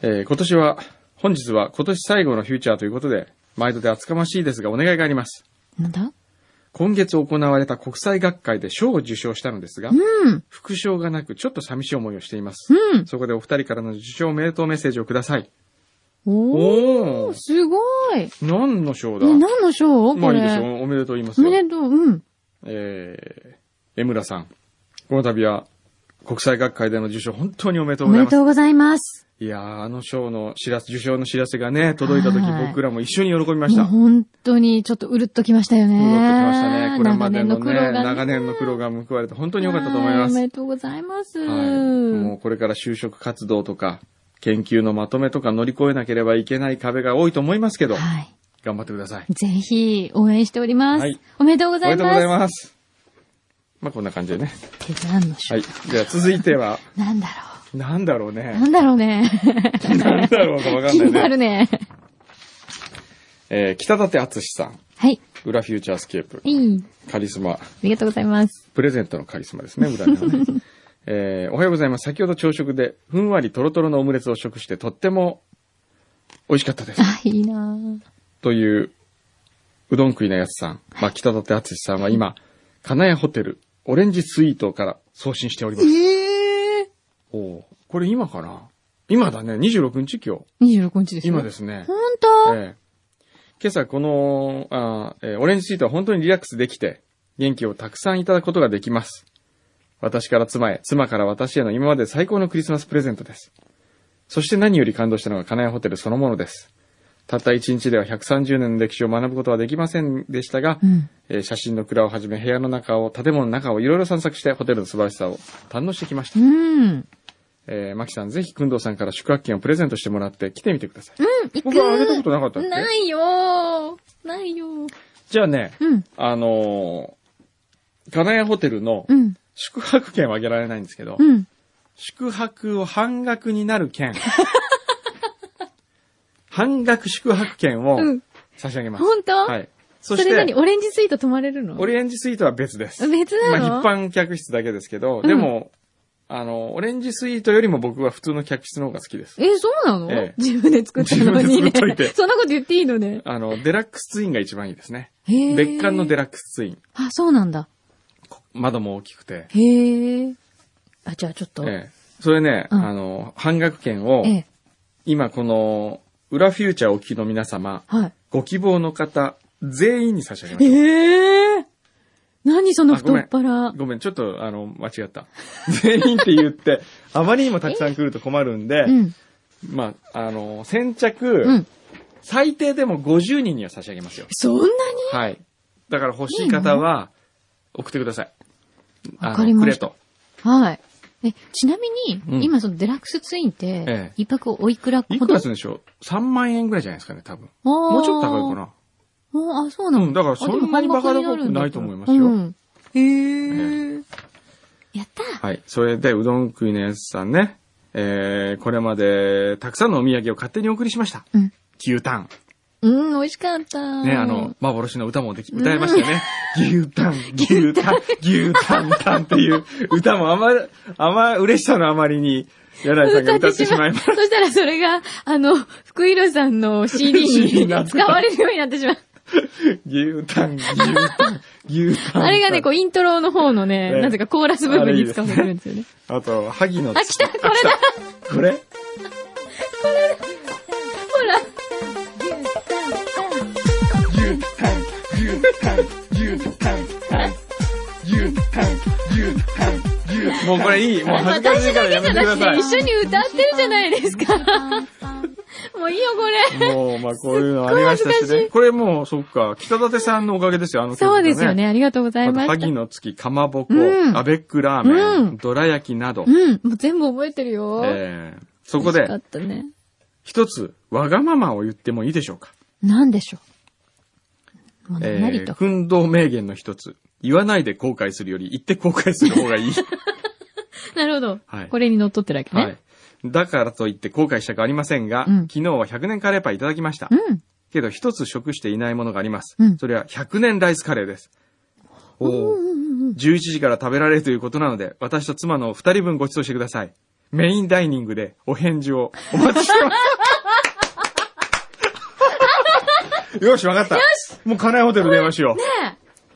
えー、今年は、本日は今年最後のフューチャーということで、毎度で厚かましいですがお願いがあります。
なんだ
今月行われた国際学会で賞を受賞したのですが、
うん。
副賞がなくちょっと寂しい思いをしています。
うん。
そこでお二人からの受賞おめでとうメッセージをください。
おー、
おおー
すごい。え、
何の賞だ
何の賞
ま
こ
あいい
れ。
でしょう。おめでとう言います
お
よ。
めでとう。うん。
えー、江村さん。この度は、国際学会での受賞、本当におめでと
お
うござ
めで
います。
とうございます。
いやー、あの賞の知らせ、受賞の知らせがね、届いた時、
はい
僕らも一緒に喜びまし
もう
た。戻って
本当に、ちょっとうるっときましたよね。
きましたね。これまでのね、長
本
年の苦労が報われて、本当に良かったと思いま
お
す。
め
は
でとうございます。
い。もうこれから就職活動とか、研究のまとめとか乗り越えなければいけない壁が多いと思いますけど、
はい。
頑張ってください。
ぜひ、応援しております。
はい
おめでとうご
お
ざ
め
い
でとう
ま
ご
す。
ざいます。まあこんな感じでね。
って何の賞、
はい。じゃあ続いては、
なんだ
なんだろ
ろ
う
う。な
ね。
んだろうね。
なんだろうかわかん
気
ない
にな
ね
る。ね。
えー北舘敦さん。
はい。
裏フューチャースケープ。
いい。
カリスマ。
ありがとうございます。
プレゼントのカリスマですね、裏には <laughs> ね。えーおはようございます。先ほど朝食で、ふんわりとろとろのオムレツを食して、とっても美味しかったです。
あ、いいなぁ
という、うどん食いなやつさん。まあ、北舘敦さんは今、金谷ホテル、オレンジスイートから送信しております。
ええ
おおこれ今かな今だね、26日今日。
ー、26日ですよ。
今ですね。
ほんと
ええ今朝このあー、えーオレンジシートは本当にリラックスできて、元気をたくさんいただくことができます。私から妻へ、妻から私への今まで最高のクリスマスプレゼントです。そして何より感動したのが金谷ホテルそのものです。たった一日では130年の歴史を学ぶことはできませんでしたが、
うん。
えー写真の蔵をはじめ部屋の中を、建物の中をいろいろ散策してホテルの素晴らしさを堪能してきました。
うん。
えー、マキさん、ぜひ、くんどうさんから宿泊券をプレゼントしてもらって来てみてください。
行く
僕はあげたことなかったっけ
ないよーないよー
じゃあね、
うん。
あのー、金谷ホテルの
うん。
宿泊券はあげられないんですけど、
うん。
宿泊を半額になる
<laughs>
券。半額宿泊券を
うん。
差し上げます。
本当
はい。そ
そ
し
れ何
て、
オレンジスイート泊まれるの
オレンジスイートは別です。
別なの、
まあ、一般客室だけですけど、
うん
でも、あの、オレンジスイートよりも僕は普通の客室の方が好きです。
え、そうなの、
ええ
自分で作ったのに、ね。
自分で作っといて
そんなこと言っていいのね。
あの、デラックスツインが一番いいですね。
へー
別館のデラックスツイン。
あ、そうなんだ。
窓も大きくて。
へえ。あ、じゃあちょっと。
ええそれね、
うん
あの、半額券を、
ええ
今この、裏フューチャーをお聞きの皆様、
はい。
ご希望の方、全員に差し上げましょう。
ええ何その
あ
太
ごめん
っ腹。
ごめん、ちょっと、あの、間違った。 <laughs> 全員って言って、あまりにもたくさん来ると困るんで、
うん。
まあ、あの、先着、
うん。
最低でも50人には差し上げますよ。
そんなに
はい。だから欲しい方は、送ってください。あの
わかりました
くれと。
はい。え、ちなみに、
うん
今そのデラックスツインっ
ええ
て、一泊おいくらほど
いくらするんでしょう ?3 万円ぐらいじゃないですかね、多分。も
も
うちょっと高いかな。
な。ああ、そうな
う
の、
ん、だから
あ
そ
でも
んなにバカ
半額
高く
るんだ
ないと思いますよ。
うん、へえ。やった
はい。それで、うどん食いのやつさんね。えー、これまで、たくさんのお土産を勝手にお送りしました。
うん。
牛タン。
うん、美味しかった。
ね、あの、、幻の歌もでき、歌いましたよね。
<laughs>
牛タン、牛タン、牛タンタンっていう歌もあまり、あま、嬉しさのあまりに、柳井さんが歌ってしまい <laughs> ま
そしたらそれが、あの、福井さんの CD
CD に
に
<laughs> なってた
使われるようになってしまう。
牛タン、牛タン、牛タン。
あれがね、こう、イントロの方のね、
ね
なぜかコーラス部分に使われてるんですよね。
あと、萩の
あ、来たこれだ
<laughs> これ
ほら
牛タン、牛タン、牛タン、牛タン、牛タン、牛タン。もうこれいい。もう恥ずかしい
私
か
だ
ら
け
や
じ
め
ゃ
てくだ
なく
さ
て、
い。
一緒に歌ってるじゃないです
<laughs>
か。もういいよ、これ。
もう、まあ、こういうのありました
すっごい恥ずか
し
し
ね。これもう、そっか、北舘さんのおかげですよ、あの曲、ね。
そうですよね。。ありがとうござい
あと、
ました。
萩の月、かまぼこ、
うん
アベックラーメン、
うん
どら焼きなど。
うん。もう全部覚えてるよ。
えー、そこ
美味しか
で
っ、たね。
一つ、わがままを言ってもいいでしょうか。
なんでしょう。もう
え
何
ー、
と。
奮闘名言の一つ。言わないで後悔するより、言って後悔する方がいい。
なるほど、
はい
これに乗っ取ってるわけね。
はい。だからといって後悔したくありませんが、
うん
昨日は100年カレーパンいただきました。
うん。
けど一つ食していないものがあります。
うん
それは100年ライスカレーです。おー
うんうんうん。
11時から食べられるということなので、私と妻の2人分ご馳走してください。メインダイニングでお返事をお待ちして
<laughs>
ます。よし、わかった。もう金谷ホテル電話しよう。
ね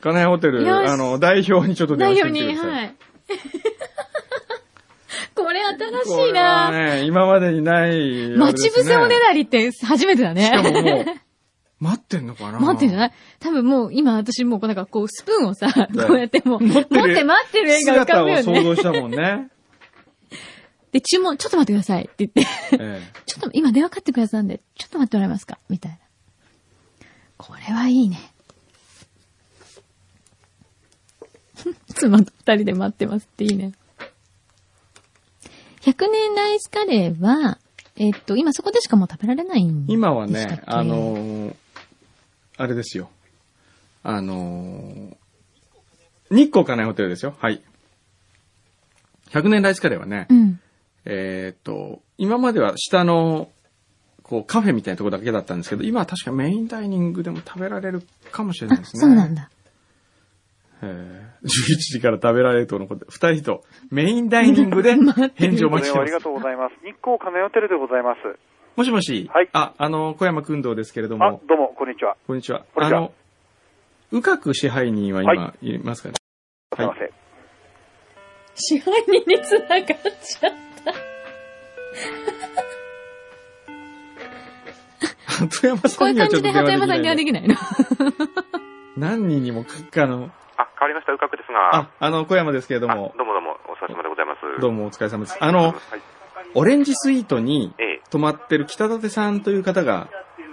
金谷ホテル、
よし
あの、代表にちょっと
え、
電
代
話して
表
みて
に、
くださ。
はい <laughs> い。これ
こ
新しい
れは
な、
ね、今までにない、
待ち伏せおねだりって初めてだね。
しかも
<laughs>
もう、待ってんのかな
待ってんじゃないい多分もう今私もうこうなんかこうスプーンをさ、
い
こうやってもう、持っ
る
て待ってる絵が浮か
姿
ぶ
を
よ
想
ね。
像したもん
<laughs>
ね。
で、注文、ちょっと待ってくださいって言って、
え
ちょっと今電話かかってくださったんで、ちょっと待ってもらえますかみたいな。これはいいね。 <laughs> 妻と二人で待ってますっていいね。100年ライスカレーは、えっと、今そこでしかもう食べられないん
え
で
今は
したっ
ね
け、
あのーあれですよ。あのー日光金井ホテルですよ。はい。100年ライスカレーはね、
うん。
えーっと、今までは下の、こう、カフェみたいなところだけだったんですけど、今は確かメインダイニングでも食べられるかもしれな
あ、
いですね。
そうなんだ。
<laughs> えー11時から食べられるとのことで、2人とメインダイニン
<laughs>
グで返事を
ご
待ちし
利
て
用あ
ま
り
す
が。とうございます。日光亀ホテルでございます。
もしもし、
はい
あ、あの、小山君堂ですけれど
あ
も、、
どうも、こんにちは。
こんにちは。
こんにちは
あの、宇角支配人は今、、
はい
ますかね <laughs>
すいません。
支配人に繋がっちゃう。
鳩山
こ
さ
うい
ん
う
には
感
ちょ
じ
っと
で
電話
鳩山
でき
さ
なんい
には
な
できない
<laughs>
の。
何人にも書くかの、
あ、変わりました、うかくですが。
あ、あの、小山ですけれど
あ
も、
どうもどうも、お疲れ様でございます。
どう
も。
もお疲れ様です。あの、
はい。
オレンジスイートに
え
泊まってる北舘さんという方が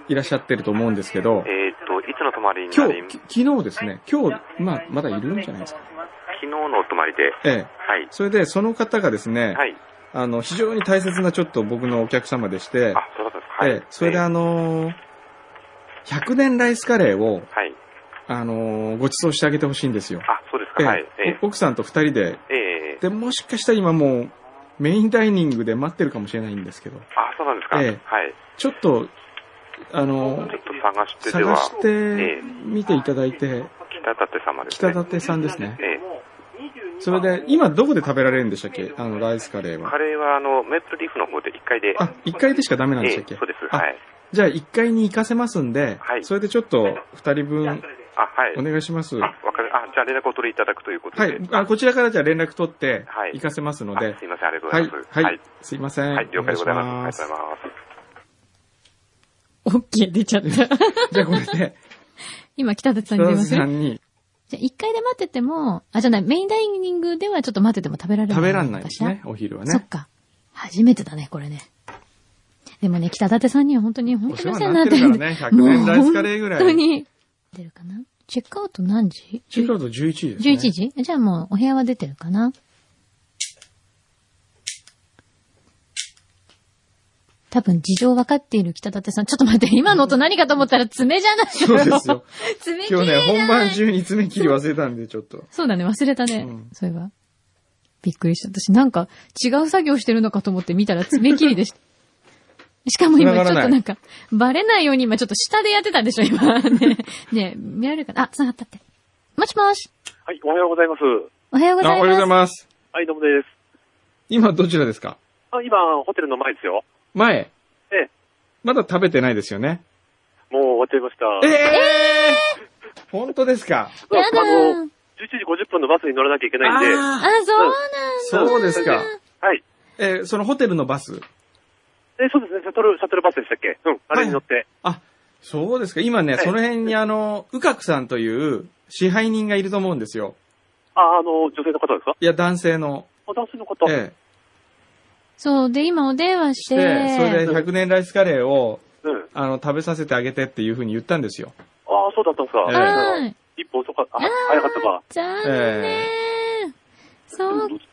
いらっしゃってると思うんですけど
え、えーっと、いつの泊まりに
今
なり、
日、
昨
き昨日ですね、今日、まあ、まだいるんじゃないですか。
日のお泊まりで、
ええ。
はい。
それで、その方がですね、
はい。
あの、非常に大切なちょっと僕のお客様でして、
あ、そうだったんですか。はい。
ええ、それであのー100年ライスカレーを、
はい。
あのーご馳走してあげてほしいんですよ。
あ、そうです
ええ
か。はい。え
お奥さんと二人で。
えええ
で、もしかしたら今もう、メインダイニングで待ってるかもしれないんですけど、
あ、そうなんですか。は
え
い
え。ちょっと、あの
ちょ
ー
っと探してで
探
は、
して
ええ
みていただいて、
北舘様です
北
ね。
舘さんですね。
ええ
それで、今どこで食べられるんでしたっけあの、ライスカレーは
カ。レーは、あの、メープルリーフの方で1階で。
あ、1階でしかダメなんで
え
した
え
っけ
そうです。
あ
はい。
じゃあ1階に行かせますんで
は、い
それでちょっと二人分
あ、はい
お。願いします。
あ、わかる。あ、じゃあ連絡をお取りいただくということ
は
で。
い。あ、こちらからじゃあ連絡取って
はい、
行かせますの
あ
で。
すいません、ありがとうご
は
ざ
い
います。。
はい。すいません。
はい、了解でございます。あ
お
り
願
がとうございます。
オッケー出ちゃった。
いしますじゃあこれで、
今、北舘さんに
北
電
田
<laughs> 話す
さ
る。
んに
じゃあ、一階で待ってても、あ、じゃない、メインダイニングではちょっと待ってても食べられない。
食べらんないですね、お昼は
そっ
ね。
か。初めてだね、これね。でもね、北舘さんには本当に、本
お
当
世
にお
話
世話
に
に
な
な
っ
ってて
るから
る。
ね、100年ライスカレーぐら
もう本当
い。
に。出るかなチェックアウト何時
チェックアウト11時ですね。
11時じゃあもうお部屋は出てるかな多分事情分かっている北舘さん。ちょっと待って、今の音何かと思ったら爪じゃないの
そうですよ。
<laughs> 爪切
今
れ
日
だ
ね、本番中に爪切り忘れたんで、ちょっと。
そうだね、忘れたね。
うん
そういえば。びっくりした。私なんか違う作業してるのかと思って見たら爪切り
<laughs>
でした。しかも今ちょ
繋
っ
が
と
らない
なんか、バレないように今ちょっと下でやってたでしょ、今。
<laughs>
ねね見られるかなあ、繋がったって。もしもし。
はい、おはようございます。は
おはようご
あ、お
ざ
はい
ま
ようご
す
ざい。ます。
い、どうもです。
今どちらですか
あ、今、ホテルの前ですよ。
前。
ええ
まだ食べてないですよね。
もう終わっちゃいました。
えー、本当ですか
やだ
あ
ー。
の11時50分のバスに乗らなきゃいけないんで、
あ、
あ
そうなんだ。
そうですか。
はい。
ー。えーそのホテルのバス。
で、そうですね、シャトル、シャトルバスでしたっけうん。あれに乗って。
あ、そうですか。今ね、
はい
その辺にあの、うかくさんという支配人がいると思うんですよ。
あ、あの、女性の方ですか
いや、男性の。
あ男性の方。
ええ
そう、で、今お電話し、
してて、それで100年ライスカレーを、
うん。
あの、食べさせてあげてっていうふうに言ったんですよ。
ああ、そうだったんですか。
ええ
は
うん
ーい。
一本遅かった。あ
あー、
早かったか。
残
え
念。そうか。
どどち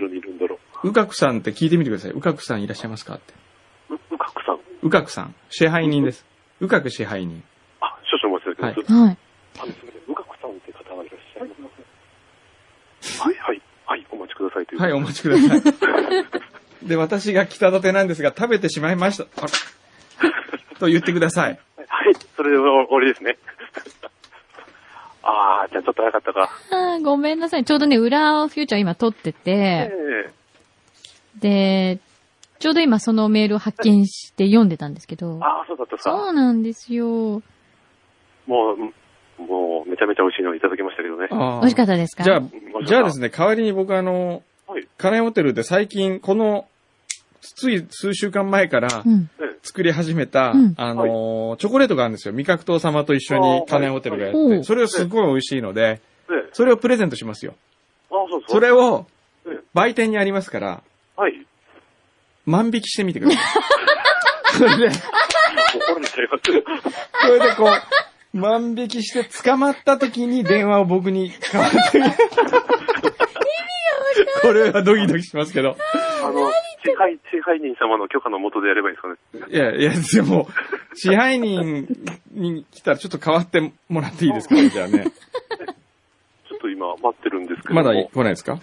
らにいるんだろ
うかくさんって聞いてみてください。うかくさんいらっしゃいますかって。
う。う、うかくさん。
うかくさん。支配人です。うかく支配人。
あ、少々お待ちしております。
はい。
あのすみません、うかくさんって方がいらっしゃいますはい、はい、はい、お待ちくださいという。
はい、お待ちくださ
<laughs>
い。で、私が北立てなんですが、食べてしまいました。あらと言ってください。
はい、それで終わりですね。ああ、じゃあちょっと早かったか。
あーごめんなさい。ちょうどね、裏をフューチャー今撮って
え
て、
え
で、ちょうど今そのメールを発見して読んでたんですけど、
ああ、そうだった
そ
さ。
うなんですよ。
もう、もう、めちゃめちゃ美味しいのをいただきましたけどね。
美
美味しかったですか
じゃ
かっ
あ、
た
じゃあですね、代わりに僕あの、
はい
カレーホテルで最近、この、つい数週間前から
うん。
作り始めた、
うん
あのーチョコレートがあるんですよ。味覚糖様と一緒にカレーホテルがやって、
あーはい
それをすごい美味しいので、
ええ
それをプレゼントしますよ。
ああ、そうそう。
それを
うん、
売店にありますから、
はい。
万引きしてみてください。それで、
怒られちゃいます。
それでこう、万引きして捕まった時に電話を僕にかわって。意味がこれはドキドキしますけど。
あの、支配、支配人様の許可のもとでやればいいですかね。
いや、いや、でも、支配人に来たらちょっと変わってもらっていいですかね、じゃあね。
ちょっと今待ってるんですけど
ま
も。
だ来ないですか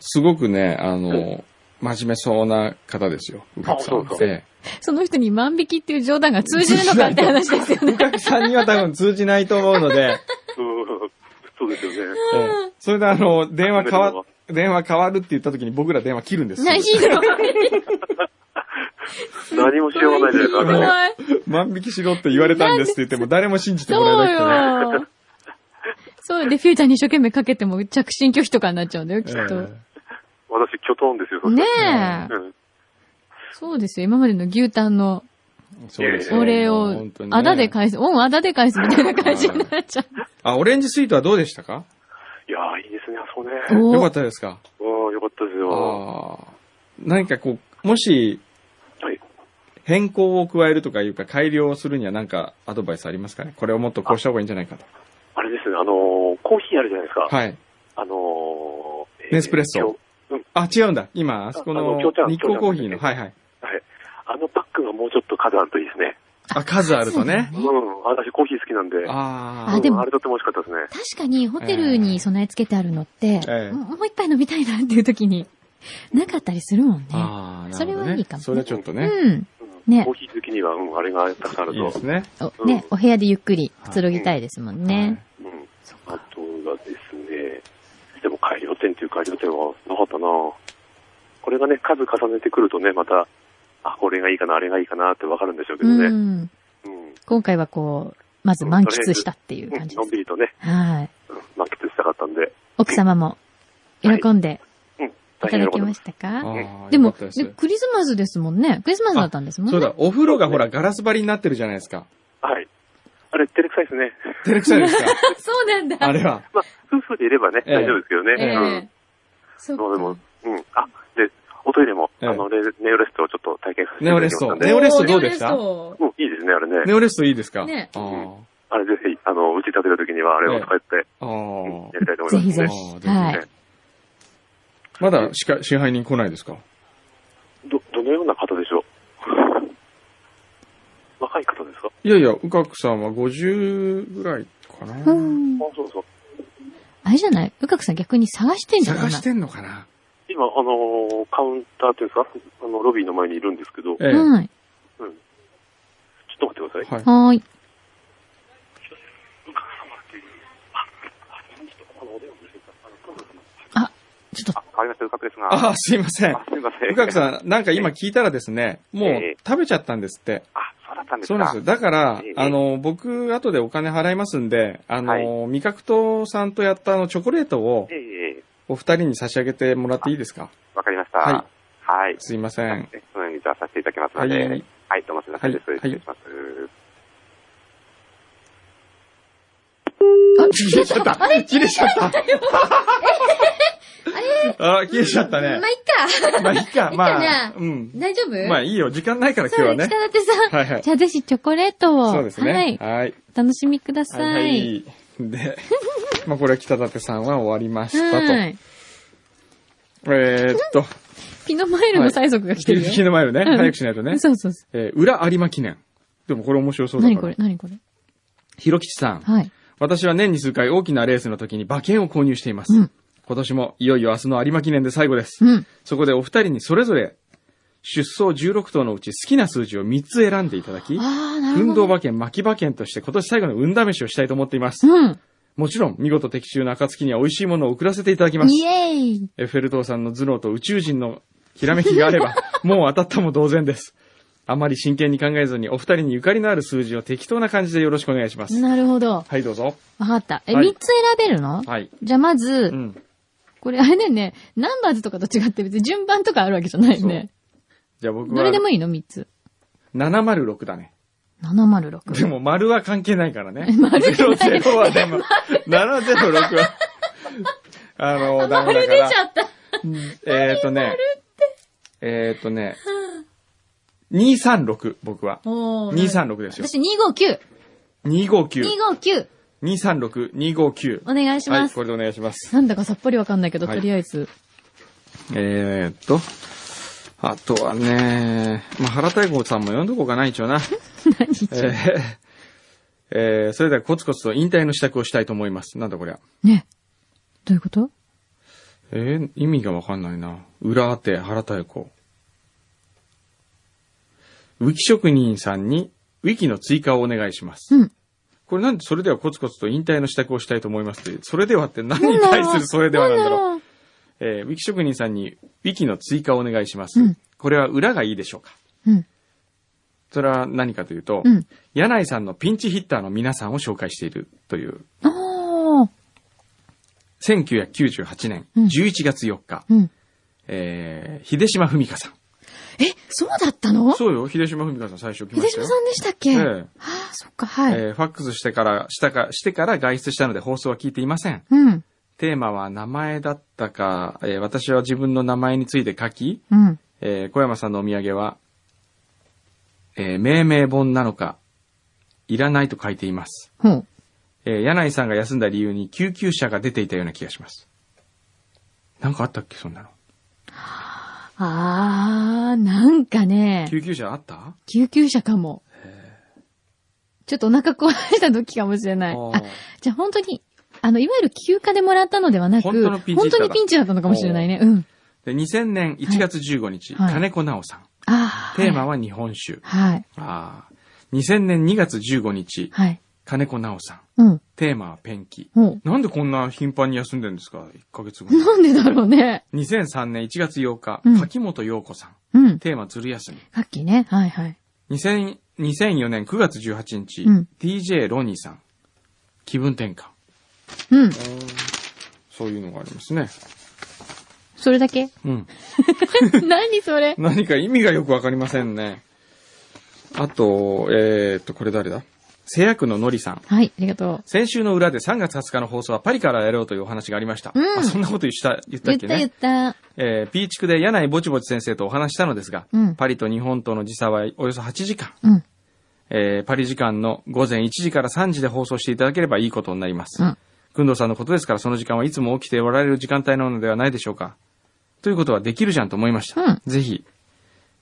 すごくね、あの、真面目そうな方ですよ、うかくさん
あそう
は。
か
え
その人に万引きっていう冗談が通じるのかって話ですよ
え <laughs>
ね。
うかくさんには多分通じないと思うので、
うんそうですよね。
ええそれであの、電話変わ、電話変わるって言った時に僕ら電話切るんですよ
な。いひどい。
何もしようがないじゃないですか。ね
ひどい。
万引きしろって言われたんですって言っても誰も信じてもら
そ
えな
うよ。そうで、フューチャーに一生懸命かけても着信拒否とかになっちゃうんだよ、
く
き
て
っ
ね。
と。
私、キョトンですよ、それ
ねえ。
うん。
そうですよ。今までの牛タンの
ええそうですよ
お礼
もう
を
本当に、ね
あだで返す、恩をあだで返すみたいな感じになっちゃう。
あ、オレンジスイートはどうでしたか
いやー、いい <laughs> ですね、あそこね。
お
よかったですか
うん、よかったですよ。
ああ。何かこう、もし
はい、
変更を加えるとかいうか改良をするには何かアドバイスありますかねこれをもっとこうした方がいいんじゃないかと。
あれですね、あのー、コーヒーあるじゃないですか。
はい。
あのー、えー
ネスプレッソ
きょ
あ、違うんだ。今、あそこ
ああ
の
の京ちゃん
日光コーヒーの。
京ちゃ
はいはい。
はい。あのパックがもうちょっと数あるといいですね。
あ、数あるとね。
うん、私コーヒー好きなんで。
あ
あ
うん
でも
あれとっても美味しかったですね。
確かにホテルに備え付けてあるのって、
ええ
もう一杯飲みたいなっていう時に、 <laughs> なかったりするもんね。
あ。ああ、なるほ
そ
どね
れはいいかもね
それはちょっとね。
うん。
うん
ね
コーヒー好きには、うん、あれがたくさんある
いいで
と。
すね。
おね、お部屋でゆっくりくつろぎたいですもんね。
うん。あとがですね、でも改良点という改良点はなかったなこれがね、数重ねてくるとね、また、あ、これがいいかな、あれがいいかなってわかるんでしょうけど
う
ね。
ん。
うん。うん
今回はこう、まず満喫したっていう感じで
のん
す。
びりとね、
はい。
うん満喫したかったんで、
奥様も喜んでいただきま
し
した
あ
か
あ
で
よ
も
かったです
でクリスマスですもんね。クリスマスだったんですもんね。
そうだ、お風呂がほらガラス張りになってるじゃないですか。
た。はい。あれ、照れくさいですね。
照れくさいですか
そうなんだ。
あれ
<laughs>
は。
まあ、夫婦でいればね、
ええ
大丈夫ですけどね。
ええ
うん。
そ
まあでも
うか。、
うん。あ、で、おトイレも、
ええ
あの、レネオレストをちょっと体験させてい
ネ
た
オ
だ
レ
き
ス
ました
ト。
ん
ネ
で。
オレストどうでした
うん、いいですね、あれね。
ネオレストいいですか
ね
あー
あれぜひ、あの、うち建てるときには、あれを使って、
あ
うん
ー
や。りたいと思います
ぜひ
ね。
ぜひ
あー
はい
まだしか支配人来ないですか
ど、どのような方でしょう <laughs> 若い方ですか
いやいや、うかくさんは50ぐらいかな。
うん
あ、そうそう。
あれじゃないうかくさん逆に探してんじゃない
探してんのかな
今、あのーカウンターっていうんですかあの、ロビーの前にいるんですけど、ちょっ
ええ。
はい。
と待ってください。
はい。
はーい。ちょっと、
あ、変わりました、うかくですが。
ああ、すいません
あ。すみません。
うかくさん、なんか今聞いたらですね、もう
ええ
食べちゃったんですって。
あ、そうだったんったんです
そう
か
なんですよ。だから
ええ、
あの、僕、後でお金払いますんで、あの、
はい
味覚糖さんとやったあの、チョコレートを
え、えええ
お二人に差し上げてもらっていいですか
わかりました。
は
はい。
すいません。
そのようにじゃあさせていただきますので、
は
はいい、どうもすみませんです。
はい
失礼します。
あ、消えちゃった切れちゃ <laughs> ったあら、消えちゃった
まあ、い
ね
っ。か。 <laughs>
まあ、いいか、
いい
ま
か
あ
な、
うん。
大丈夫
まあ、いいよ。時間ないから今日
そう
は
だ、
ね
北。舘さん。
はいはい。
じゃあぜひチョコレートを。
そうですね。
はい。
はい。
お楽しみくださ。
はいはいい。で、 <laughs> まあ、これは北舘さんは終わりましたと。
はい。
えーっと、
ピノマイルの催促が来てるよ。
日の前のね、
うん
早くしないとね。
そうそうそ。
えー裏有馬記念。でもこれ面白そううだか
何
ら。
これ何これ
ひろきちさん。
はい。
私は年に数回大きなレースの時に馬券を購入しています。
うん
今年もいよいよ明日の有馬記念で最後です。
うん。
そこでお二人にそれぞれ出走16頭のうち好きな数字を3つ選んでいただき、
ああ、なる
運
ほ
動
ど。
馬券、巻き馬券として今年最後の運試しをしたいと思っています。
うん。
もちろん、見事的中の暁には美味しいものを送らせていただきます
イ。エーイ
エッフェル塔さんの頭脳と宇宙人のひらめきがあ
<laughs>
れば、もう当たったも同然です。あまり真剣に考えずに、お二人にゆかりのある数字を適当な感じでよろしくお願いします。
なるほど。
はい、どうぞ。
わかった。え、
はい
三つ選べるの
はい。
じゃあまず、
うん。
これあれだよね、ナンバーズとかと違って別に順番とかあるわけじゃないよね。
じゃあ僕
ど
は
れ、でもいいの三つ。
706だね。
706。
でも、丸は関係ないからね。
<laughs> 丸じゃない
00
<laughs>
はでも、706は、あの、ダメ
丸
だ
出
から
ち。ゃった。
えっとね、えっとね、236、僕は。
おー
236ですよ。
私259。
259。
259。
236、259。
お願いし
は
ま
い、
す。
これでお願いします。
なんだかさっぱりわかんないけど、
はい
とりあえず。
えー、っと、あとはね、まあ、原太鼓さんも読んどこうかな、一応な。
<laughs> 何言っ
え
ちゃう
ーえーそれではコツコツと引退の支度をしたいと思います。なんだこりゃ。
ね。どういうこと
えー、意味がわかんないな。裏当て、原太鼓。ウィキ職人さんに、ウィキの追加をお願いします。
うん
これなんで、それではコツコツと引退の支度をしたいと思いますって、それではって何
<laughs>
に対するそれではなんだろう。
う。
えーウィキ職人さんに、ウィキの追加をお願いします。
うん
これは裏がいいでしょうか
うん。
それは何かというと、
うん
柳井さんのピンチヒッターの皆さんを紹介しているという、
ああ。
1998年
うん
11月4日、
うん。
えー、秀島文香さん。
え、そうだったの
そうよ、秀島文香さん最初来ま
秀
した
島
よ。
さんでしたっけあ
ええ
あ、そっか、はい。
えーファックスしてから、したか、してから外出したので放送は聞いていません。
うん。
テーマは名前だったか、えー私は自分の名前について書き、
うん。
えー小山さんのお土産は、えー命名本なのか、いらないと書いています。
ほう。
えー柳井さんが休んだ理由に救急車が出ていたような気がします。なんかあったっけ、そんなの。
ああ、なんかね、
救急車あった
救急車かも。ちょっとお腹壊した時かもしれない。
あ
あ、じゃあ本当に、あの、いわゆる休暇でもらったのではなく、
本当のピンチ
本
だった
当にピンチだったのかもしれないね。うん。
で2000年1月15日、
はい
金子直さん。
ああ。
テーマは日本酒。
はい。
あー2000年2月15日、
はい。
金子直さん。
うん。
テーマはペンキ。
ほう。
なんでこんな頻繁に休んでるんですか ?1 ヶ月
<laughs>
後。
なんでだろうね。
2003年1月8日、
うん
柿本陽子さん。
うん。
テーマずる休み。
さっきね。はいはい。
2000 2004年9月18日、
うん
DJ ロニーさん。気分転換。
うん。
そういうのがありますね。
それだけ
うん。
<laughs> 何それ
何か意味がよくわかりませんね。あと、えー、っと、これ誰だ製薬ののりさん。
はい、ありがと
先週の裏で3月20日の放送はパリからやろうというお話がありました。
うん
あそんなこと言った、言っ
う。
た
言
っ
っ
け
た言っ
ね。
た。
えー、ピーチクで柳井ぼちぼち先生とお話ししたのですが、
うん
パリと日本との時差はおよそ8時間。
うん。
えーパリ時間の午前1時から3時で放送していただければいいことになります。
うん。
くんどうさんのことですから、その時間はいつも起きておられる時間帯なのではないでしょうか。ということはできるじゃんと思いました。
うん
ぜひ、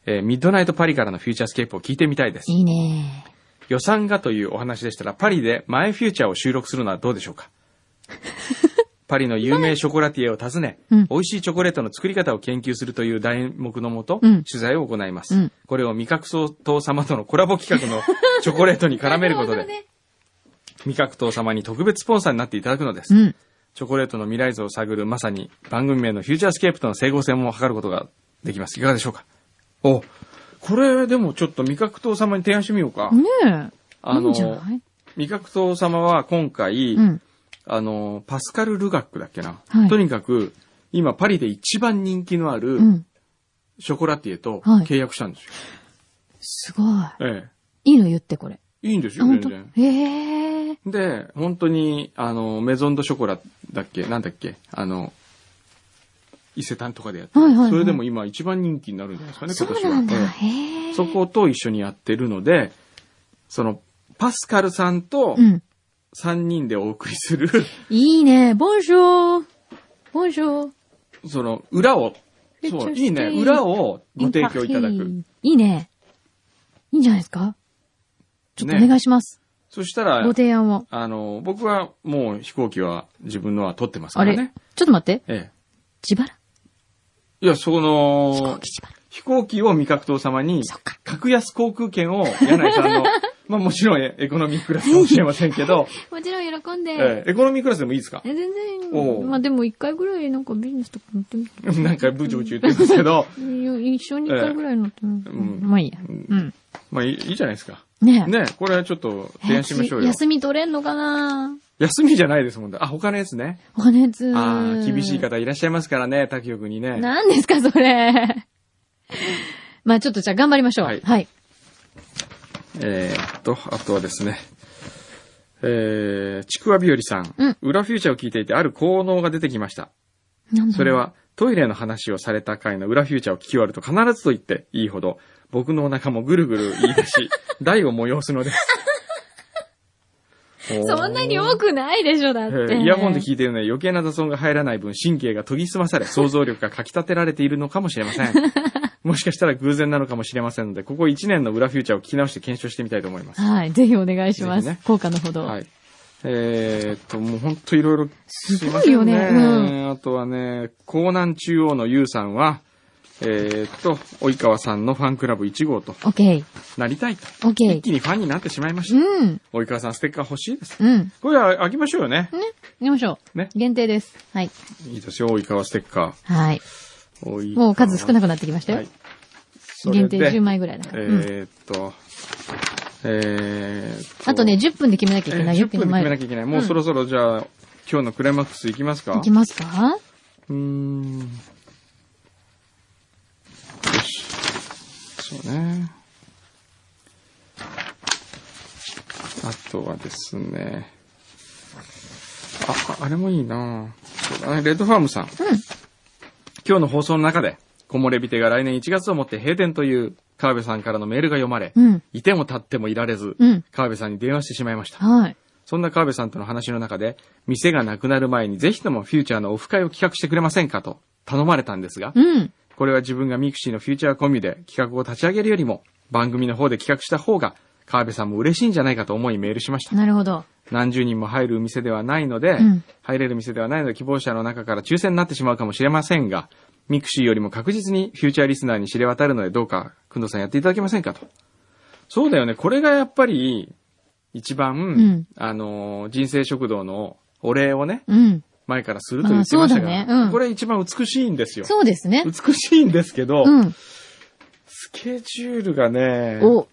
えーミッドナイトパリからのフューチャースケープを聞いてみたいです。
いいね
予算がというお話でしたら、パリでマイフューチャーを収録するのはどうでしょうか
<laughs>
パリの有名ショコラティエを訪ね、
うん
美味しいチョコレートの作り方を研究するという題目のもと、
うん
取材を行います。
うん
これを味覚糖様とのコラボ企画の <laughs> チョコレートに絡めるこ
な
とで、
ほどね
味覚糖様に特別スポンサーになっていただくのです。
うん。
チョコレートの未来像を探る、まさに番組名のフューチャースケープとの整合性も図ることができます。いかがでしょうかおこれでもちょっと味覚糖様に提案してみようか。
ねえ。
あ
いいん
の
じゃ、ない
味覚糖様は今回、
うん。
あの、パスカル・ルガックだっけな。
はい
とにかく、今パリで一番人気のあ
う
る
ん。
ショコラティエと
はい
契約したんですよ。
すごい。
え
いいの言って、これ。
え。いいんです
あ、
よ、
本
全
当
然。
ええ。
で、本当に、あの、メゾンドショコラだっけなんだっけあの、伊勢丹とかでやってる、
はいはいはい
それでも今一番人気になるんじゃないです
そ
かね、
う
今
なん
年
だ。
は。
へ
え
え。
えそこと一緒にやってるので、その、パスカルさんと
うん。
3人でお送りする、
いいね。ボンジョー。ボンジョー。
その、裏を、
めっちゃ
そう、
素
いいね、
敵
裏をご提供いただ
インパク
く。
ティいいね。いいんじゃないですかちょっとお
ね
願いします。
そしたら
ご、提案を。
あの、僕はもう飛行機は自分のは取ってます
あ
から
れ、
ね。
ちょっと待って。
え
自腹
え。いや、そ
飛行
の
機、自腹。
飛行機を味覚党様に
そっか、
格安航空券を柳井さん
<laughs>
の、まあもちろんエコノミークラスかもしれませんけど、
もちろん喜んで。
ええエコノミークラスでもいいですか
え全
おう
然、まあでも一回ぐらいなんかビジネスとか乗ってみて。
なんかブチブチ言ってます
<laughs>
けど、
い一生に一回ぐらい乗ってみて。
ええ
うんまあいいや。
う
うんん。
まあいいいいじゃないですか。
ねえ。
ねこれはちょっと提案しましょうよ。
休み取れんのかな
休みじゃないですもんね。あ、他のやつね。
お金つ
ああ、厳しい。方いらっしゃいますからね、他局にね。
何ですか、それ。まあちょっとじゃあ頑張りましょう。
は
はいい。
えーっと、あとはですね。えー、ちくわびよりさん。
うん
裏フューチャーを聞いていて、ある効能が出てきました。
なんだろう
それ。は、トイレの話をされた回の裏フューチャーを聞き終わると必ずと言っていいほど、僕のお腹もぐるぐる言い出
<laughs>
し、台を催すのです。
<laughs> そんなに多くないでしょ、だっ
え
て。
ーイヤホンで聞いているので余計な雑音が入らない分神経が研ぎ澄まされ、想像力がかき立てられているのかもしれま
<laughs>
せん。もしかしたら偶然なのかもしれませんので、ここ1年の裏フューチャーを聞き直して検証してみたいと思います。
はい。ぜひお願いしま
ぜひ
す
ね。
効果のほど。
はい。えー、っと、もうほんといろいろすいま
ごい
せん
よね
あとはね、江南中央のゆうさんは、えー、っと、及川さんのファンクラブ1号と
オッケー。
なりたいと。
オッケ
一
ー。
気にファンになってしまいました。
うん。
及川さんステッカー欲しいです。
うん。
これはあげましょうよね。
ね。行きましょう。
ね
限定です。はい。
いいですよ、及川ステッカ
はい。
ー。及川
もう数少なくなってきました
は
よ
い。それ
限
で
定10枚ぐらいだ。うん
えーっと、えーっと
あとね、10分で決めなきゃいけない。
えー10分で決めなきゃ
い
いけない。もうそろそろじゃあ、今日のクライマックスいきますか
いきますか
うーん。よし。そうね。あとはですね。あ、ああれもいいなそうだねレッドファームさん。今日の放送の中で、木漏れ日手が来年1月をもって閉店という川辺さんからのメールが読まれ、
うん。
いても立ってもいられず、
うん
川辺さんに電話してしまいました。
はい。
そんな川辺さんとの話の中で、店がなくなる前にぜひともフューチャーのオフ会を企画してくれませんかと頼まれたんですが、
うん。
これは自分がミクシーのフューチャーコミュで企画を立ち上げるよりも、番組の方で企画した方が、川辺さんも嬉しいんじゃないかと思いメールしました。
なるほど。
何十人も入る店ではないので、
うん
入れる店ではないので希望者の中から抽選になってしまうかもしれませんが、ミクシーよりも確実にフューチャーリスナーに知れ渡るのでどうか、くんどさんやっていただけませんかと。そうだよね。これがやっぱり、一番、
ん
あのー、人生食堂のお礼をね、
うん。
前からすると言ってまし
あ
たが、
そうだねうん
これ一番美しいんですよ。
そうですね。
美しいんですけど、
うん。
スケジュールがね、
お、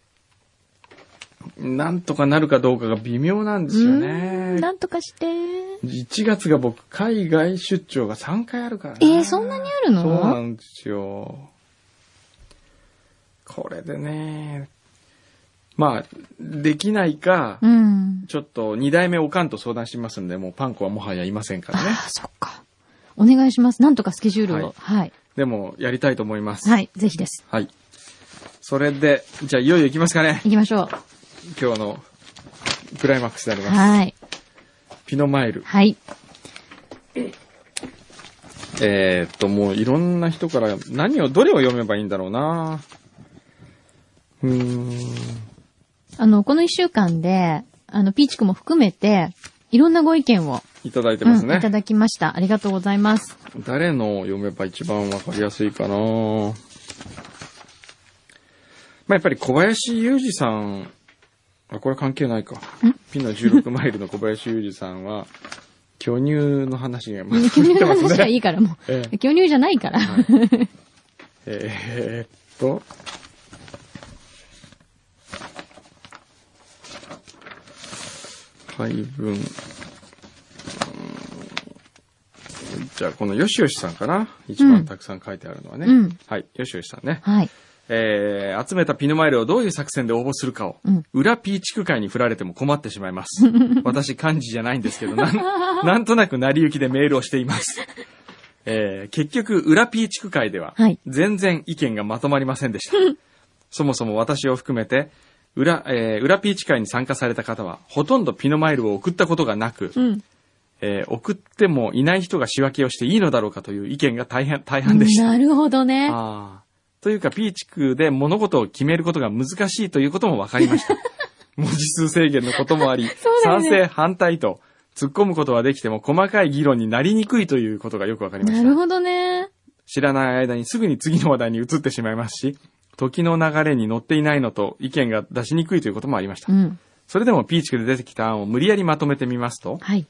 なんとかなるかどうかが微妙なんですよね。
なんとかして。
1月が僕、海外出張が3回あるからな
えー、そんなにある
そうな
の
んですよ。これでね、まあ、できないか、
うん。
ちょっと2代目おかんと相談しますんで、もうパン粉はもはやいませんからね
あ。あ、そっか。お願いします。なんとかスケジュールを。はい。
でも、やりたいと思います。
はい、ぜひです。
はい。それで、じゃあいよいよ行きますかね。
行きましょ
今日のクライマックスであり
う。
ます。
はい。
ピノマイル。
はい。
えー、っと、もういろんな人から何を、どれを読めばいいんだろうなうーん。
あの、この一週間で、あの、ピーチクも含めて、いろんなご意見を、
いただいてます
うん、いた
ね。
だきました。ありがとうございます。
誰のを読めば一番わかりやすいかなまあ、やっぱり小林裕二さん、あ、これ関係ないか。ピの16マイルの小林裕二さんは、巨乳の話 <laughs> が、まあ
巨乳の
入ってま
話
す
はい
ね
いから、も
ええ
う。巨乳じゃないから。
えーっと、配分。うーんじゃあ、このよしよしさんかな一番たくさん書いてあるのはね。
うん
はい、よしよしさんね。
はい。
えー集めたピノマイルをどういう作戦で応募するかを、
うん
裏ピーチ区会に振られても困ってしま
<laughs>
います。私、漢字じゃないんですけど、なん、なんとなく成り行きでメールをしています。えー結局、裏ピーチ区会では
はい、
全然意見がまとまりませんで
<laughs>
した。そもそも私を含めて、裏、えー裏ピーチ会に参加された方は、ほとんどピノマイルを送ったことがなく、
うん。
えー送ってもいない人が仕分けをしていいのだろうかという意見が大変、大半でした。
なるほどね。
ああ。というか、ピーチ区で物事を決めることが難しいということも分か
<laughs>
りました。文字数制限のこともあり、
うだよ
賛
ね
成、反対と、突っ込むことはできても細かい議論になりにくいということがよく分かりま
な
し
る
た。
ほどね。
知らない間にすぐに次の話題に移ってしまいますし、時の流れに乗っていないのと意見が出しにくいということもありました
う。ん。
それでもピーチ区で出てきた案を無理やりまとめてみますと、
はい。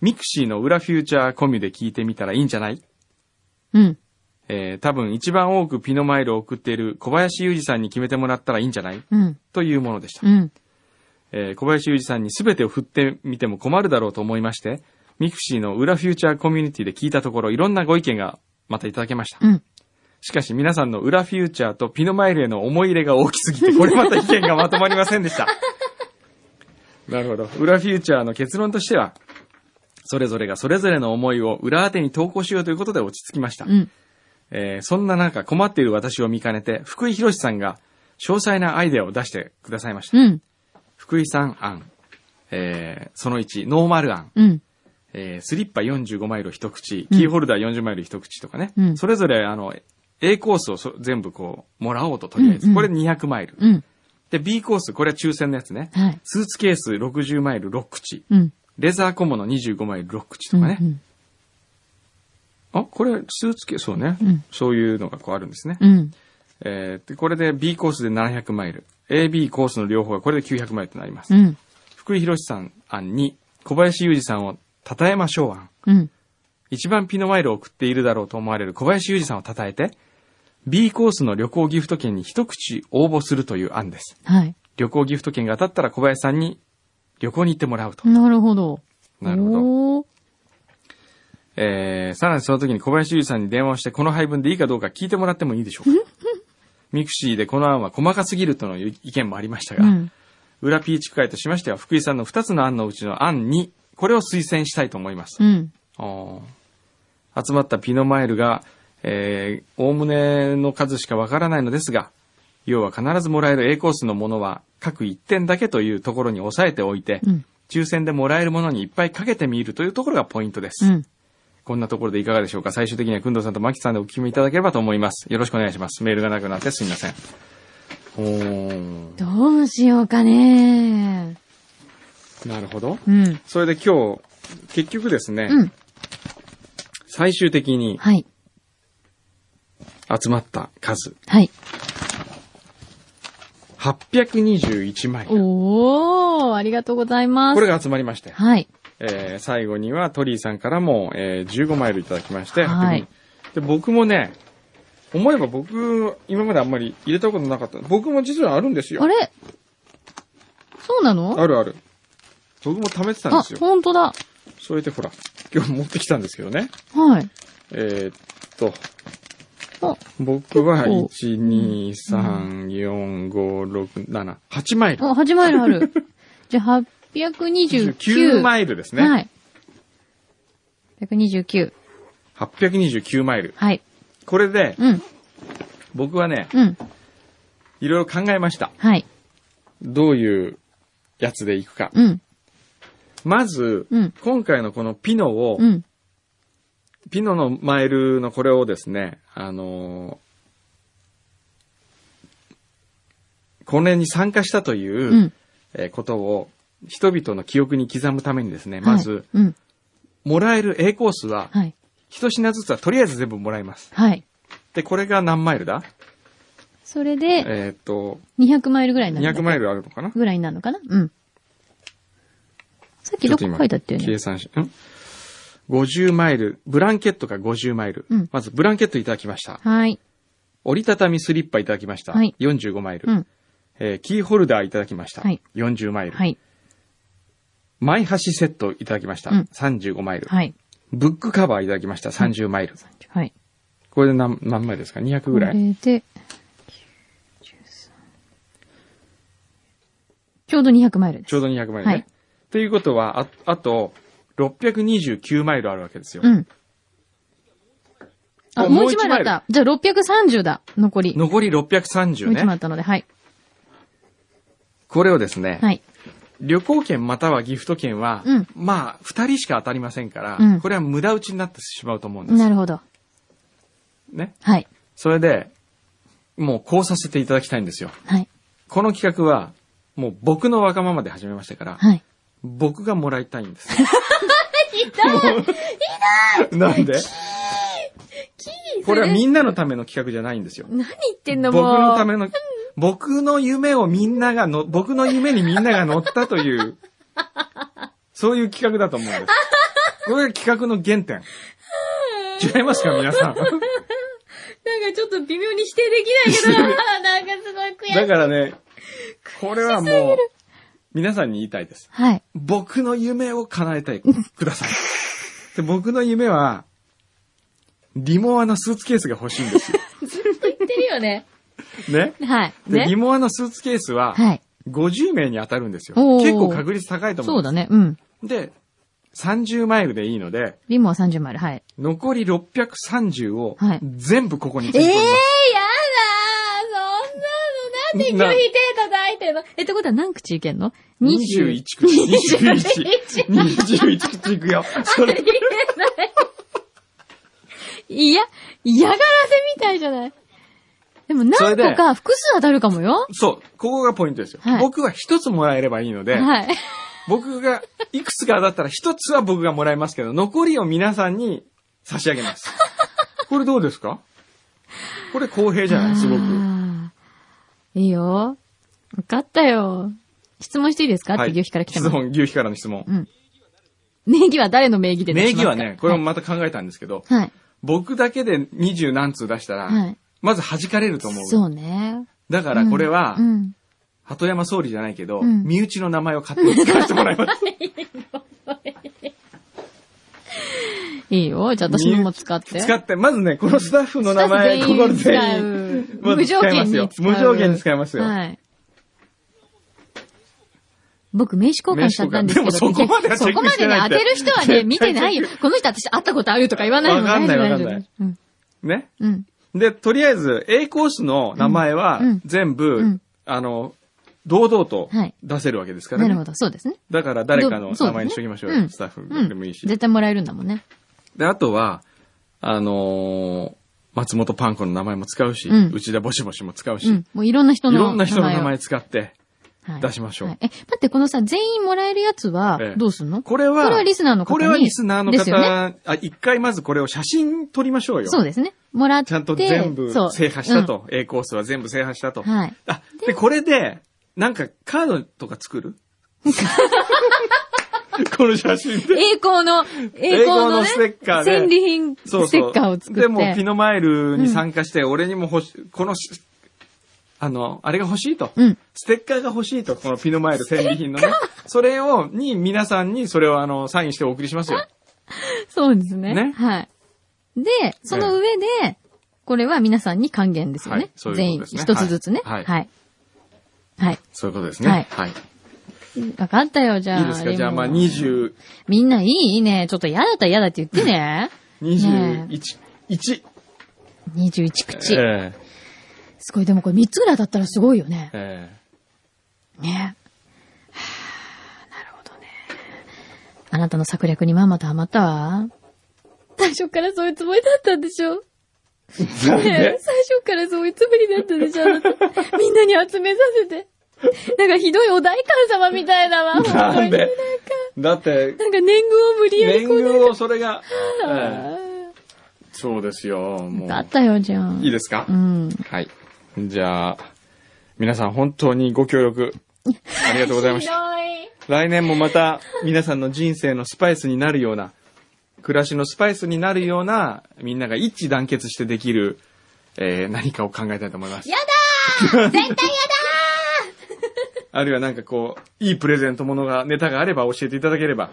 ミクシーの裏フューチャーコミュで聞いてみたらいいんじゃない
うん。
えー多分一番多くピノマイルを送っている小林裕二さんに決めてもらったらいいんじゃない
うん。
というものでした。
うん。
えー小林裕二さんに全てを振ってみても困るだろうと思いまして、ミクシーの裏フューチャーコミュニティで聞いたところいろんなご意見がまたいただけました。
うん。
しかし皆さんの裏フューチャーとピノマイルへの思い入れが大き
<laughs>
すぎて、これまた意見がまとまりませんでした。なるほど。裏フューチャーの結論としては、それぞれがそれぞれの思いを裏当てに投稿しようということで落ち着きました。
うん。
えーそんな中困っている私を見かねて、福井博さんが詳細なアイデアを出してくださいました。
うん。
福井さん案、えーその1、ノーマル案、
うん。
えースリッパ45マイルを一口、キーホルダー40マイル一口とかね、
うん
それぞれあの、A コースをそ全部こう、もらおうととりあえず、
うんうん
これ200マイル。
うん。
で、B コース、これは抽選のやつね。
はい。
スーツケース60マイル6口、
うん。
レザー小物25マイル6口
う
と
ん。
かね。
うん。
あ、これスーツケース、そうね、
うん
そういうのがこうあるんですね。
うん。
えーで、これで B コースで700マイル。AB コースの両方がこれで900マイルとなります。
うん。
福井博さん案に、小林裕二さんを称えましょう案。
うん。
一番ピノマイルを送っているだろうと思われる小林裕二さんを称えて、B コースの旅行ギフト券に一口応募するという案です。
はい。
旅行ギフト券が当たったら小林さんに旅行に行ってもらうと。
なるほど。
なるほど
ど。
えー、さらにその時に小林裕二さんに電話をして、この配分でいいかどうか聞いてもらってもいいでしょ
<laughs>
うか。ミクシーでこの案は細かすぎるとの意見もありました
う
が、
ん。
裏ピーチ区会としましては、福井さんの2つの案のうちの案に、これを推薦したいと思います
う。ん。
おー集まったピノマイルが、えー、おおむねの数しかわからないのですが、要は必ずもらえる A コースのものは、各1点だけというところに押さえておいて、
うん。
抽選でもらえるものにいっぱいかけてみるというところがポイントです。
うん。
こんなところでいかがでしょうか最終的には、くんどうさんとまきさんでお決めいただければと思います。よろしくお願いします。メールがなくなってすみません。おー
どうしようかね。
なるほど。
うん。
それで今日、結局ですね、
うん。
最終的に
はい。
集まった数、
はい。
821枚。こ
おー、ありがとうございます。
れが集まりまして、
はい。
えー最後にはトリーさんからも、えー15マイルいただきまして、
はい
800で、僕もね、思えば僕、今まであんまり入れたことなかった。僕も実はあるんですよ。
あれそうなの
あるある。僕も貯めてたん
あ
です、よ。
ほんとだ。
それでほら、今日持ってきたんですけどね。
はい。
えーっと、
あ、
僕は、
結構
1、2、3、4、5、6、7、8マイル。
あ、8マイルあ
<laughs>
る。じゃあ、829。
9マイルですね。
はい。129。
829マイル。
はい。
これで、
うん。
僕はね、
うん。
いろいろ考えました。
はい。
どういうやつでいくか。
うん。
まず、
うん
今回のこのピノを、
うん。
ピノのマイルのこれをですね、あのーこれに参加したというう、
ん。
えーことを、人々の記憶に刻むためにですね、
はい
まず、。
うん。
もらえる A コースは、
はい。
一品ずつはとりあえず全部もらいます。
はい。
で、これが何マイルだ
それで、
えーっと、
200マイルぐらいになるんだ。
200マイルあるのかな
ぐらいになるのかなうん。さっきどこ書いてあったよね
計。算し、ん ?50 マイル、ブランケットが50マイル。
うん
まず、ブランケットいただきました。
はい。
折りたたみスリッパいただきました。
はい
45マイル、
うん。
えーキーホルダーいただきました。
はい
40マイル、
はい。
マイ箸セットいただきました。
うん
35マイル、
はい。
ブックカバーいただきました。30マイル。
はい。
これで何、何マイルですか ?200
こ
ぐ
れ
らい。
で、93ちょうど200マイルです。
ちょうど200マイルね。
はい
ということは、あ、あと、629マイルあるわけですよ。
うん。あ、
あ
も
も
う
う
1
一
枚
枚
だ
あ
っ
る
た。じゃあ630だ、残り。
残り
も
630
う1枚あ
ね
っ。たので、はい。
これをですね、
はい。
旅行券またはギフト券は、
うん
まあ、2人しか当たりませんから、
うん
これは無駄打ちになってしまうと思うんです
な
よ。
るほど。
ね。
はい。
それで、もうこうさせていただきたいんですよ。
はい。
この企画は、もう僕のわがままで始めましたから、
はい。
僕がもらいたいん <laughs> です。ひどいひどい <laughs> なんでこれはみんなのための企画じゃないんですよ。
何言ってんの
僕
もう。
のための、僕の夢をみんながの、僕の夢にみんなが乗ったという、そういう企画だと思うんです。これが企画の原点。違いますか皆さ
なん
ん。
かちょっと微妙に否定で
<laughs>
きないけど、なんかすごい悔
だからね、これはもう、皆さんに言いたいです。
はい。
僕の夢を叶えたい。くだ
<laughs>
さい。で僕の夢は、リモアのスーツケースが欲しいん
<laughs>
ですよ。
ずっと言ってるよね。
ね。
はい。
で、リ
ね。
モアのスーツケースは、
はい。
50名に当たるんですよ。
おー
結構確率高いと思う。
そうだね。うん。
で、30マイルでいいので、
リモは30マイル。はい。
残り630を
はい
全部ここに
ええ
突っ込み
やだー
ます。
そんなの、なんで拒否手叩いてんのえ、ってことは何口いけんの ?20
21。口、21。21口いくよ。それ、
いや、嫌がらせみたいじゃない。でも
そ
何
れで
個か複数当たるかもよ。
そう、ここがポイントですよ。
はい
僕は一つもらえればいいので、
はい。
僕がいくつかだったら一つは僕がもらえますけど、残りを皆さんに差し上
<laughs>
げます。これどうですかこれ公平じゃないすごく。
あーいいよ。分かったよ。質問していいですか、って、牛皮から来て
質
ます。
問、牛皮からの質問。
名義は誰の名義で出
名
しま
義
すか
はね、これもまた考えたんですけど、
はい。はい。
僕だけで二十何通出したら、
はい
まず弾かれると思う。
そうね。
だからこれは、
うん。
鳩山総理じゃないけど、
うん
身内の名前を勝手に使わせてもらい
<laughs>
ます。
いいよ。じゃあ私のも使って。
使って、まずね、このスタッフの名前、
スタ
こ
ッ
こ
フ
全
全
員、
員使う
まず
無条
使いま
件
す
に
よ
使う。
無条件に使いますよ
はい。僕、名刺交換しちゃったんですけど、
名刺交換でもそこ
そこ
までは
まで
チェックして
ね
ない、っ
当
て
てる人はね、見てないよ。この人私会ったことあるとか言わないもんね。
わかんないわかんない
大丈夫大丈
ね。
夫うん。うん。
で、とりあえず、A コースの名前は
うんうん、
全部、
うん
あの、堂々と
はい
出せるわけですから
な
ね。
るほど、そうですね。
だから誰かの
どそうだ
名
ね
前にしときましょう
うん
よ。スタッフでもいいし。
うん絶対もらえるんだもんね。
で、あとは、あのー松本パンコの名前も使うし、
うん
内田ぼしぼしも使うし、
う
い
ん。もういろんな人の名前を。
ろんな人の名前使って、
はい
出しましょう
はいえ、待って、このさ、全員もらえるやつは
ええ、
どうすんの
これは、
これはリスナーの方に
これはリスナーの
ですよ
方、あ、一回まずこれを写真撮りましょうよ。
そうですね。もらって。
ちゃんと全部
そう
制覇した。と、A コースは全部制覇したと。
うんはい。
あ、で、これで、なんかカードとか作る <laughs> この写真で。
栄光の、栄光のね
栄光のステッカーで
戦利品
そうそう。
ステッカーを作って。
でも、ピノマイルに参加して、俺にも欲し、このし、あの、あれが欲しいと。
うん
ステッカーが欲しいと、このピノマイル戦利品のね。それを、に、皆さんにそれをあの、サインしてお送りしますよ。
そうですね。
ね
はい。で、その上で、これは皆さんに還元ですよ
は
ね
い。そう
全員
いうことですね
一つずつね。は。
はいい
はい。はい。
そういうことです
ねはい
はい。
わかったよ、じゃあ。
いいですかじゃあ、まあ、
リモン
20、
みんないいね。ちょっと嫌だったら嫌だって言って
<laughs>
ね。
21
ね、
1。
21口。
え
すごい、でもこれ3つぐらいだったらすごいよね
え。え
ね。はあなるほどね。あなたの策略にまんまとハマったわ。最初からそういうつもりだったんでしょ
えなん
ね <laughs>
で
え最初からそういうつもりだったでしょあな <laughs> たみんなに集めさせて。なんかひどいお代官様みたいだわ、本当に。な
なんん
か、
でだって、
なんか年貢を無理やり
年
こう
貢をそれが、ええ
あ
そうですよ、も
ー
う。
だったよ、じゃん。
いいですか
うん。
はい。じゃあ、皆さん本当にご協力、ありがとうございました。来年もまた皆さんの人生のスパイスになるような、暮らしのスパイスになるような、みんなが一致団結してできる、えー、何かを考えたいと思います。
やだー絶対やだー
<laughs> あるいはなんかこう、いいプレゼントものが、ネタがあれば教えていただければ、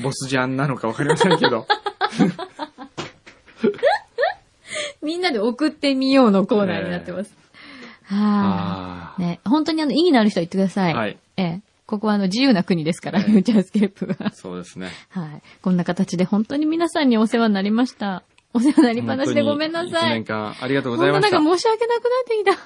ボスジャンなのかわかりませんけ
<laughs>
ど。
みんなで送ってみようのコーナーになってます。は
あ
あ。ね、本当にあの、意義のある人は言ってください。
はい
ええ。ここはあの、自由な国ですから、
ええ
フューチャースケープは
ー。そうですね。
はい。こんな形で本当に皆さんにお世話になりました。お世話になりっぱなしでごめんな
本当
さ
に
い
一年。間ありがとう
本
ござい
当
ま
な
し
ん
た。
か申し訳なくなってきた。は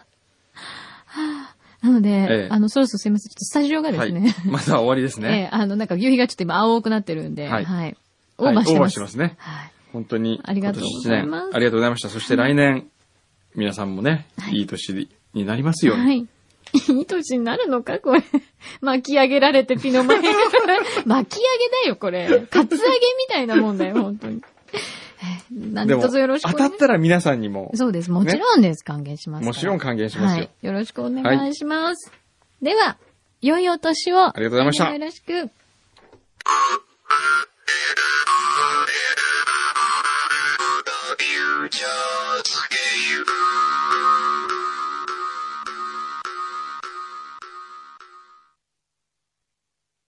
あなので、
ええ
あの、そろそろすいません。ちょっとスタジオがですね、
はい。まだ終わりですね。
<laughs> ええあの、なんか夕日がちょっと今青くなってるんで、
はい
はい。オ
はい
ーバーして
オーバ
ま
ー
す。
してますね。
はい。
本当に。
ありがとうございます
今年一年ありがとうございました。そして来年、皆さんもね、いい年になりますように。
はい。いい年になるのかこれ。 <laughs> 巻き上げられてピノ <laughs> 前。巻き上げだよ、これ。カツアゲみたいなもんだよ、
<laughs>
本当に。えー何
でも、
卒よろしくお
当
願
た
い
ったら皆さんにも、
そうです。もちろんです。還元しますから。
もちろん還元しますよ
はい。よろしくお願いします。では、良いお年を。
ありがとうございました
よろしく。